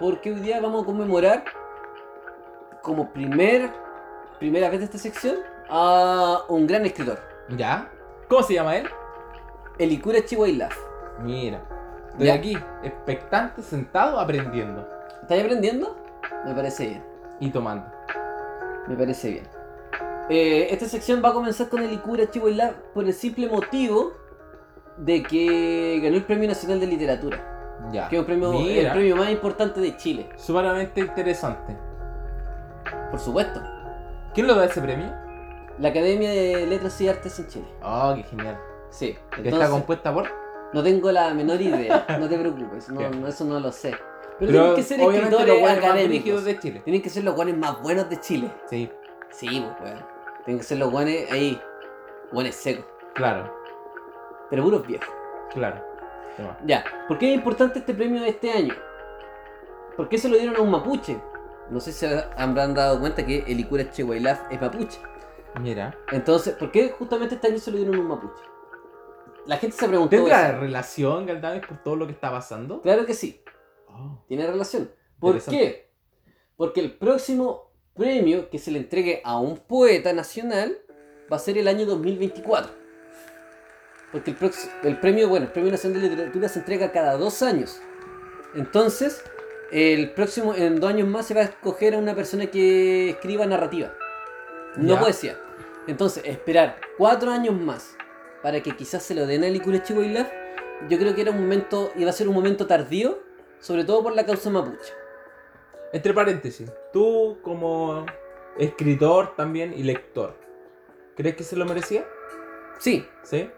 Speaker 2: Porque hoy día vamos a conmemorar como primer, primera vez de esta sección a un gran escritor,
Speaker 1: ¿Ya? ¿Cómo se llama él?
Speaker 2: Elikura Chihuahilaf.
Speaker 1: Mira. Estoy
Speaker 2: Ya.
Speaker 1: aquí, expectante, sentado, aprendiendo.
Speaker 2: ¿Estás aprendiendo? Me parece bien.
Speaker 1: Y tomando.
Speaker 2: Me parece bien. Eh, esta sección va a comenzar con el Icura Chihuahua por el simple motivo de que ganó el Premio Nacional de Literatura,
Speaker 1: Ya.
Speaker 2: que es un premio, el
Speaker 1: Mira.
Speaker 2: premio más importante de Chile,
Speaker 1: Sumamente interesante.
Speaker 2: por supuesto.
Speaker 1: ¿Quién lo da ese premio?
Speaker 2: La Academia de Letras y Artes en Chile.
Speaker 1: Oh, qué genial.
Speaker 2: Sí,
Speaker 1: Que está
Speaker 2: entonces
Speaker 1: compuesta por.
Speaker 2: no tengo la menor idea, no te preocupes, no,
Speaker 1: Bien.
Speaker 2: no, eso no lo sé.
Speaker 1: Pero
Speaker 2: Pero, tienen que ser
Speaker 1: obviamente los
Speaker 2: escritores
Speaker 1: buenos más
Speaker 2: académicos,
Speaker 1: brígidos de Chile.
Speaker 2: tienen que ser los guanes más buenos de Chile.
Speaker 1: Sí,
Speaker 2: Sí, pues, weón. Tienen que ser los guanes ahí, guanes secos,
Speaker 1: claro,
Speaker 2: pero puros viejos.
Speaker 1: claro. Toma.
Speaker 2: Ya, ¿por qué es importante este premio de este año? ¿Por qué se lo dieron a un mapuche? No sé si habrán dado cuenta que el Icura Chehuailaf es mapuche.
Speaker 1: Mira.
Speaker 2: Entonces, ¿por qué justamente este año se lo dieron a un mapuche? La gente se preguntó
Speaker 1: ¿Tendrá
Speaker 2: eso.
Speaker 1: relación Galdames por todo lo que está pasando?
Speaker 2: Claro que sí,
Speaker 1: Oh,
Speaker 2: tiene relación. ¿Por qué?
Speaker 1: Interesante.
Speaker 2: Porque el próximo premio que se le entregue a un poeta nacional va a ser el año 2024. Porque el, prox- el premio, bueno, el Premio Nacional de Literatura se entrega cada dos años. Entonces, el próximo, en dos años más, se va a escoger a una persona que escriba narrativa. No
Speaker 1: Ya.
Speaker 2: poesía. Entonces, esperar cuatro años más para que quizás se lo den a Licura Chihuahua yo creo que era un momento, iba a ser un momento tardío, sobre todo por la causa mapuche.
Speaker 1: Entre paréntesis, tú como escritor también y lector, ¿crees que se lo merecía?
Speaker 2: Sí,
Speaker 1: ¿Sí?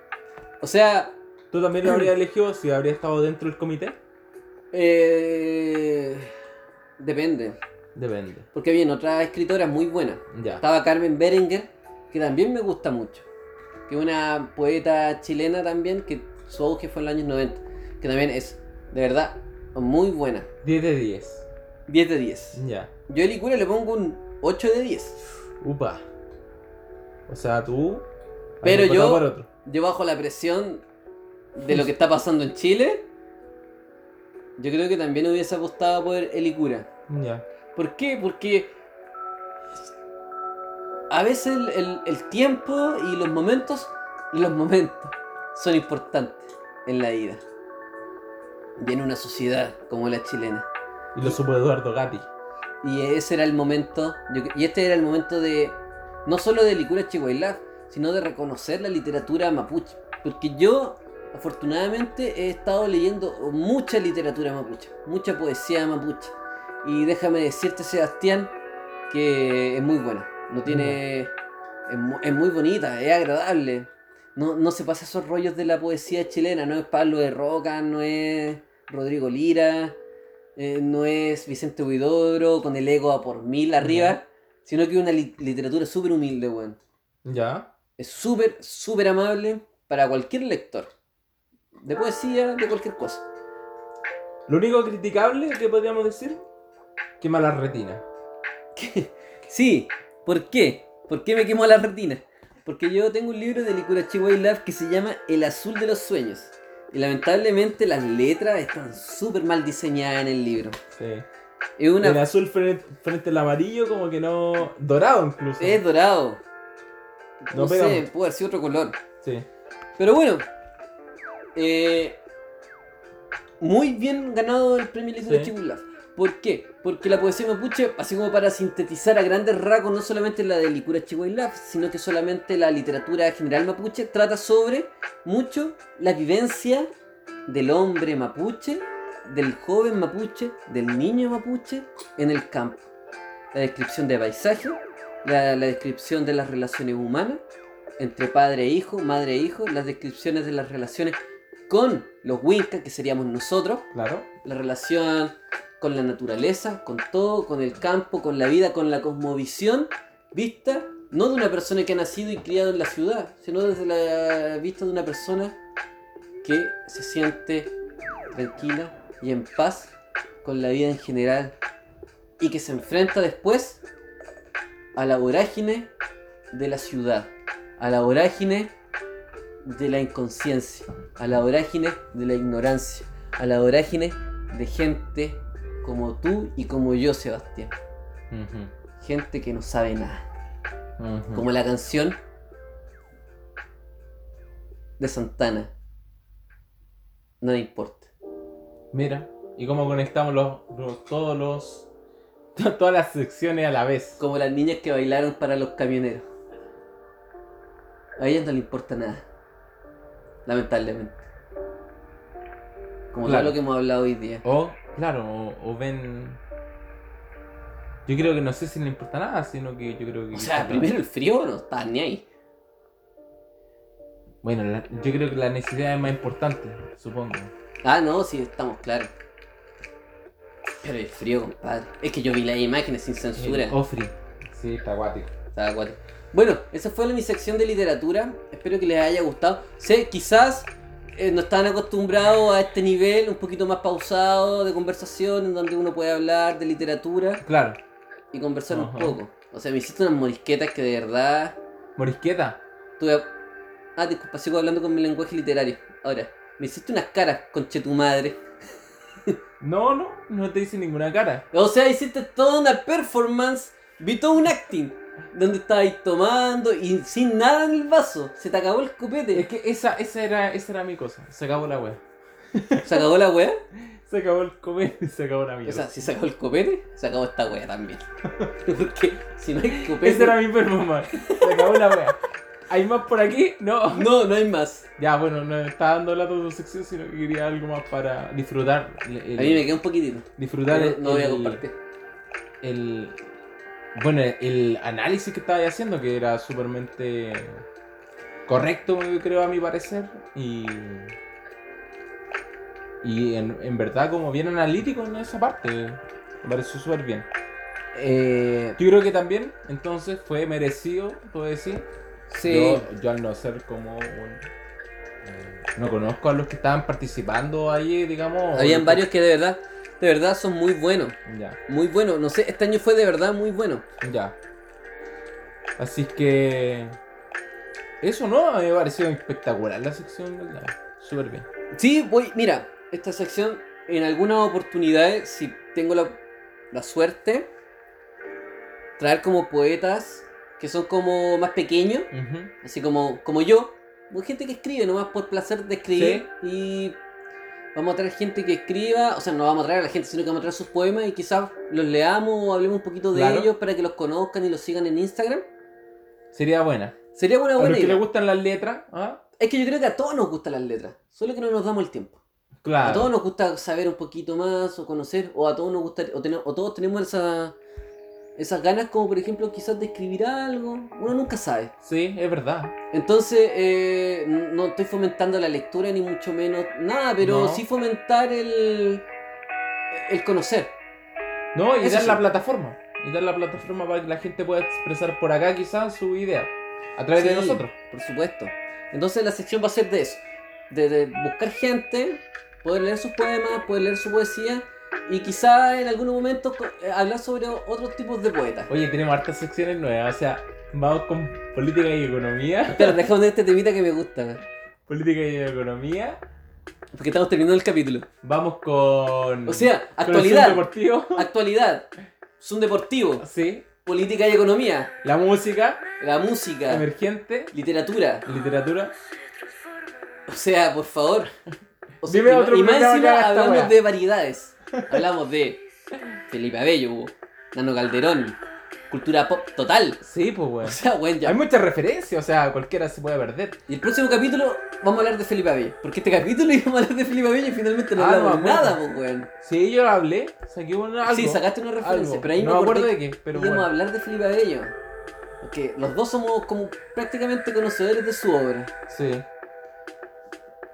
Speaker 2: o sea,
Speaker 1: ¿Tú también lo habrías elegido si habría estado dentro del comité?
Speaker 2: eh, depende,
Speaker 1: Depende.
Speaker 2: porque bien, otras escritoras muy buenas.
Speaker 1: Ya.
Speaker 2: Estaba Carmen Berenguer, que también me gusta mucho, que es una poeta chilena también, que su auge fue en los años 90, que también es, de verdad, muy buena.
Speaker 1: 10 de 10.
Speaker 2: 10 de 10.
Speaker 1: Ya.
Speaker 2: Yo a Licura le pongo un 8 de 10.
Speaker 1: Upa. O sea, tú...
Speaker 2: Pero
Speaker 1: habías
Speaker 2: yo-
Speaker 1: votado por otro.
Speaker 2: Yo bajo la presión de lo que está pasando en Chile, yo creo que también hubiese apostado por Elicura.
Speaker 1: Ya.
Speaker 2: ¿Por qué? Porque a veces el, el- el tiempo y los momentos, los momentos son importantes en la vida. Y en una sociedad como la chilena.
Speaker 1: Y lo supo Eduardo Gatti.
Speaker 2: Y ese era el momento, yo cre- y este era el momento de, no solo de Licura Chihuahua, sino de reconocer la literatura mapuche. Porque yo, afortunadamente, he estado leyendo mucha literatura mapuche, mucha poesía mapuche. Y déjame decirte, Sebastián, que es muy buena. No tiene. Es, mu- es muy bonita, es agradable. No, no se pasa esos rollos de la poesía chilena. No es Pablo de Roca, no es Rodrigo Lira, eh, no es Vicente Huidobro con el ego a por mil arriba. Sino que es una li- literatura súper humilde, weón.
Speaker 1: Ya.
Speaker 2: Es súper, súper amable para cualquier lector. De poesía, de cualquier cosa.
Speaker 1: Lo único criticable que podríamos decir, que mala retina.
Speaker 2: Sí, ¿por qué? ¿Por qué me quemó la retina? Porque yo tengo un libro de Licura Chihuahua Love que se llama El azul de los sueños. Y lamentablemente las letras están súper mal diseñadas en el libro.
Speaker 1: Sí.
Speaker 2: Es una.
Speaker 1: El azul frente, frente al amarillo, como que no. Dorado incluso.
Speaker 2: Es dorado. No,
Speaker 1: No pega
Speaker 2: sé,
Speaker 1: mucho.
Speaker 2: puede haber sido otro color.
Speaker 1: Sí.
Speaker 2: Pero bueno. eh, muy bien ganado el premio Licura
Speaker 1: Sí.
Speaker 2: Chihuahua Love. ¿Por qué? Porque la poesía mapuche, así como para sintetizar a grandes rasgos no solamente la de Licura Chihuahua, sino que solamente la literatura general mapuche, trata sobre mucho la vivencia del hombre mapuche, del joven mapuche, del niño mapuche en el campo. La descripción de paisaje, la, la descripción de las relaciones humanas entre padre e hijo, madre e hijo, las descripciones de las relaciones con los Wincas, que seríamos nosotros,
Speaker 1: Claro.
Speaker 2: la relación con la naturaleza, con todo, con el campo, con la vida, con la cosmovisión, vista no de una persona que ha nacido y criado en la ciudad, sino desde la vista de una persona que se siente tranquila y en paz con la vida en general y que se enfrenta después a la vorágine de la ciudad, a la vorágine de la inconsciencia, a la vorágine de la ignorancia, a la vorágine de gente como tú y como yo, Sebastián.
Speaker 1: Ujú,
Speaker 2: Gente que no sabe nada.
Speaker 1: ujú.
Speaker 2: Como la canción de Santana. No me importa.
Speaker 1: Mira. Y cómo conectamos los, los- todos los. to- Todas las secciones a la vez.
Speaker 2: Como las niñas que bailaron para los camioneros. A ellas no le importa nada. Lamentablemente.
Speaker 1: Claro.
Speaker 2: Como
Speaker 1: Oh,
Speaker 2: todo lo que hemos hablado hoy día.
Speaker 1: O, claro, o, o ven. Yo creo que no sé si le importa nada, sino que yo creo que.
Speaker 2: O sea, primero el frío no está ni ahí.
Speaker 1: Bueno, la- yo creo que la necesidad es más importante, supongo.
Speaker 2: Ah, no, sí, estamos claros. Pero el frío, compadre. Es que yo vi las imágenes sin censura.
Speaker 1: El Ofri. Sí, está acuático.
Speaker 2: Estaba cuatro. Bueno, esa fue la- mi sección de literatura. Espero que les haya gustado. Sé, quizás eh, no están acostumbrados a este nivel un poquito más pausado de conversación, en donde uno puede hablar de literatura
Speaker 1: Claro.
Speaker 2: y conversar un
Speaker 1: Ajá.
Speaker 2: poco. O sea, me hiciste unas morisquetas que de verdad
Speaker 1: Morisqueta.
Speaker 2: tuve. Ah, disculpa, sigo hablando con mi lenguaje literario. Ahora, me hiciste unas caras, conche tu madre.
Speaker 1: No, no, no te hice ninguna cara.
Speaker 2: O sea, hiciste toda una performance, vi todo un acting, donde estabais tomando y sin nada en el vaso. Se te acabó el copete.
Speaker 1: Es que esa, esa era, esa era mi cosa. Se acabó la wea.
Speaker 2: ¿Se acabó la wea?
Speaker 1: Se acabó el comer y se acabó la mierda.
Speaker 2: O sea, si se acabó el copete, se acabó esta wea también. Porque si no hay copete.
Speaker 1: Ese era mi performance. Se acabó la wea. ¿Hay más por aquí? No.
Speaker 2: No, no hay más.
Speaker 1: Ya, bueno, no estaba dando la de sección, sino que quería algo más para disfrutar. el- el-
Speaker 2: A mí me queda un poquitito.
Speaker 1: disfrutar
Speaker 2: Pero
Speaker 1: el-
Speaker 2: no voy a
Speaker 1: el-
Speaker 2: compartir.
Speaker 1: el bueno el análisis que estaba haciendo que era supermente correcto yo creo a mi parecer y y en, en verdad como bien analítico en esa parte me pareció súper bien
Speaker 2: Eh,
Speaker 1: yo creo que también entonces fue merecido puedo decir
Speaker 2: sí.
Speaker 1: yo, yo al no ser como un- eh, no conozco a los que estaban participando ahí digamos
Speaker 2: Habían varios que de verdad, de verdad son muy buenos.
Speaker 1: ya
Speaker 2: Muy buenos. No sé, este año fue de verdad muy bueno.
Speaker 1: Ya. Así que. Eso no, me pareció espectacular la sección. ya, Súper bien.
Speaker 2: Sí, voy, mira, esta sección en algunas oportunidades, si tengo la, la suerte, traer como poetas que son como más pequeños,
Speaker 1: Ujú.
Speaker 2: así como, como yo, como gente que escribe nomás por placer de escribir y vamos a traer gente que escriba, o sea, no vamos a traer a la gente, sino que vamos a traer sus poemas y quizás los leamos o hablemos un poquito de
Speaker 1: Claro.
Speaker 2: ellos para que los conozcan y los sigan en Instagram.
Speaker 1: Sería buena.
Speaker 2: Sería una
Speaker 1: A los
Speaker 2: buena
Speaker 1: que
Speaker 2: idea.
Speaker 1: le gustan las letras, ¿ah?
Speaker 2: Es que yo creo que a todos nos gustan las letras, solo que no nos damos el tiempo. A todos
Speaker 1: Claro.
Speaker 2: nos gusta saber un poquito más o conocer, o a todos nos gusta, o, tener- o todos tenemos esa- esas ganas como por ejemplo quizás de escribir algo, uno nunca sabe.
Speaker 1: Sí, es verdad.
Speaker 2: Entonces, eh, n- no estoy fomentando la lectura ni mucho menos nada, pero
Speaker 1: No.
Speaker 2: sí fomentar el, el conocer.
Speaker 1: No, y
Speaker 2: Eso
Speaker 1: dar
Speaker 2: sí.
Speaker 1: la plataforma. Y dar la plataforma para que la gente pueda expresar por acá quizás su idea. A través de
Speaker 2: Sí,
Speaker 1: nosotros.
Speaker 2: Por supuesto. Entonces la sección va a ser de eso, de, de buscar gente, poder leer sus poemas, poder leer su poesía y quizás en algún momento co- eh, hablar sobre otros tipos de poetas.
Speaker 1: Oye, tenemos hartas secciones nuevas. O sea, vamos con política y economía.
Speaker 2: Espera, déjame ver este temita que me gusta, weón.
Speaker 1: Política y economía.
Speaker 2: Porque estamos terminando el capítulo.
Speaker 1: Vamos con.
Speaker 2: O
Speaker 1: con el
Speaker 2: sea,
Speaker 1: Zoom
Speaker 2: actualidad.
Speaker 1: deportivo.
Speaker 2: Actualidad. Son deportivo.
Speaker 1: Sí.
Speaker 2: Política y economía.
Speaker 1: La música.
Speaker 2: La música.
Speaker 1: emergente,
Speaker 2: Literatura.
Speaker 1: literatura.
Speaker 2: O sea, por favor. O sea,
Speaker 1: Dime
Speaker 2: y ma-
Speaker 1: otro
Speaker 2: y más
Speaker 1: programa que
Speaker 2: encima
Speaker 1: haga esta wea.
Speaker 2: hablamos de variedades. Hablamos de Felipe Abello, bo. Nano Calderón. Cultura pop total.
Speaker 1: Sí, pues weón.
Speaker 2: O sea, bueno,
Speaker 1: Hay
Speaker 2: ya.
Speaker 1: muchas referencias, o sea, cualquiera se puede perder.
Speaker 2: Y el próximo capítulo vamos a hablar de Felipe Abello. Porque este capítulo íbamos a hablar de Felipe Abello y finalmente no
Speaker 1: Ah, no
Speaker 2: hablamos
Speaker 1: me acuerdo.
Speaker 2: nada, pues, weón.
Speaker 1: Sí, yo lo hablé, saqué una algo.
Speaker 2: Sí, sacaste una referencia,
Speaker 1: algo.
Speaker 2: pero ahí
Speaker 1: no me
Speaker 2: me acordé
Speaker 1: acuerdo de qué, pero
Speaker 2: Podemos
Speaker 1: bueno.
Speaker 2: hablar de Felipe Abello. Porque los dos somos como prácticamente conocedores de su obra.
Speaker 1: Sí.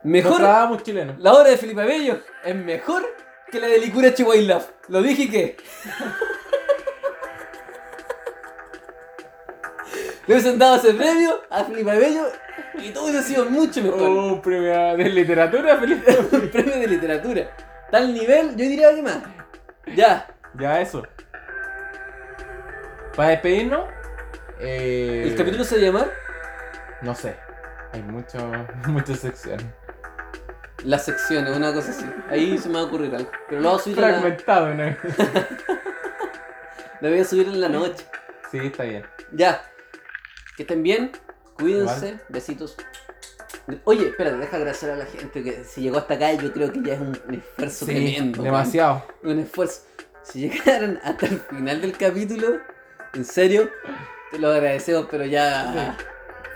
Speaker 2: Mejor.
Speaker 1: Mejor. chilenos.
Speaker 2: La obra de Felipe Abello es mejor que la de Licura Chihuahua. Lo dije que. Le hubiesen dado ese premio a Felipe Abello y todo hubiese sido mucho mejor.
Speaker 1: Oh, premio de literatura, feliz.
Speaker 2: Un premio de literatura. Tal nivel, yo diría que más. Ya.
Speaker 1: ya, eso. Para despedirnos, eh,
Speaker 2: El capítulo se llama
Speaker 1: No sé. Hay mucho, muchas secciones.
Speaker 2: Las secciones, una cosa así. Ahí se me va a ocurrir algo. Pero lo voy a subir a la,
Speaker 1: Fragmentado, ¿no?
Speaker 2: lo voy a subir en la noche.
Speaker 1: sí, está bien.
Speaker 2: Ya. Que estén bien. Cuídense. Besitos. Oye, espérate, deja agradecer a la gente que si llegó hasta acá yo creo que ya es un, un esfuerzo
Speaker 1: Sí,
Speaker 2: tremendo.
Speaker 1: demasiado.
Speaker 2: weón. Un esfuerzo. Si llegaron hasta el final del capítulo, en serio, te lo agradecemos, pero ya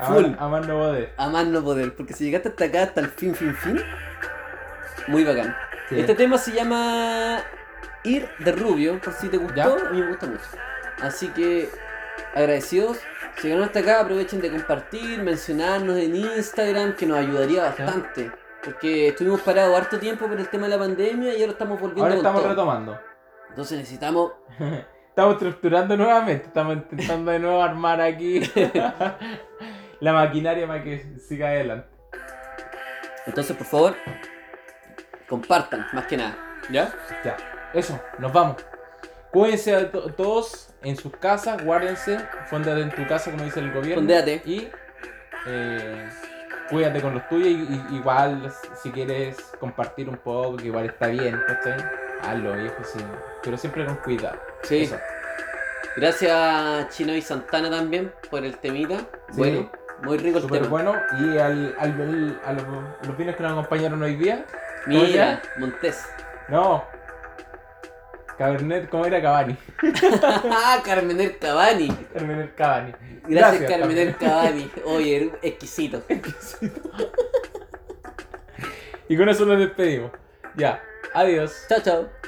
Speaker 1: A-
Speaker 2: Full.
Speaker 1: A más no poder.
Speaker 2: a más no poder. Porque si llegaste hasta acá, hasta el fin, fin, fin, muy bacán.
Speaker 1: Sí.
Speaker 2: Este tema se llama Ir de Rubio, por si te gustó,
Speaker 1: Ya.
Speaker 2: a mí me gusta mucho. Así que agradecidos. Si llegaron hasta acá, aprovechen de compartir, mencionarnos en Instagram, que nos ayudaría bastante. Porque estuvimos parados harto tiempo por el tema de la pandemia y ahora estamos volviendo
Speaker 1: Ahora
Speaker 2: con
Speaker 1: estamos
Speaker 2: todo.
Speaker 1: retomando.
Speaker 2: Entonces necesitamos
Speaker 1: Estamos estructurando nuevamente, estamos intentando de nuevo armar aquí la maquinaria para que siga adelante.
Speaker 2: Entonces, por favor, compartan, más que nada. ¿Ya?
Speaker 1: Ya, eso, nos vamos. Cuídense a to- todos en sus casas, guárdense, fóndate en tu casa como dice el gobierno.
Speaker 2: Fondéate.
Speaker 1: Y eh, cuídate con los tuyos, y- y- igual si quieres compartir un poco, que igual está bien, ¿cachai? Hazlo, viejo, sí. Pero siempre con cuidado.
Speaker 2: Sí.
Speaker 1: Eso.
Speaker 2: Gracias a Chino y Santana también por el temita.
Speaker 1: Sí.
Speaker 2: Bueno, muy rico el
Speaker 1: Súper
Speaker 2: tema.
Speaker 1: bueno. Y al, al- al- a los, los vinos que nos acompañaron hoy día.
Speaker 2: Mira,
Speaker 1: Oye.
Speaker 2: Montes.
Speaker 1: No. Cabernet, ¿cómo era Cavani?
Speaker 2: ¡Ah, Carmener Cavani!
Speaker 1: Carmener Cavani.
Speaker 2: Gracias, Carmener Cavani. Oye, era un exquisito.
Speaker 1: Y con eso nos despedimos. Ya, adiós.
Speaker 2: Chao, chao.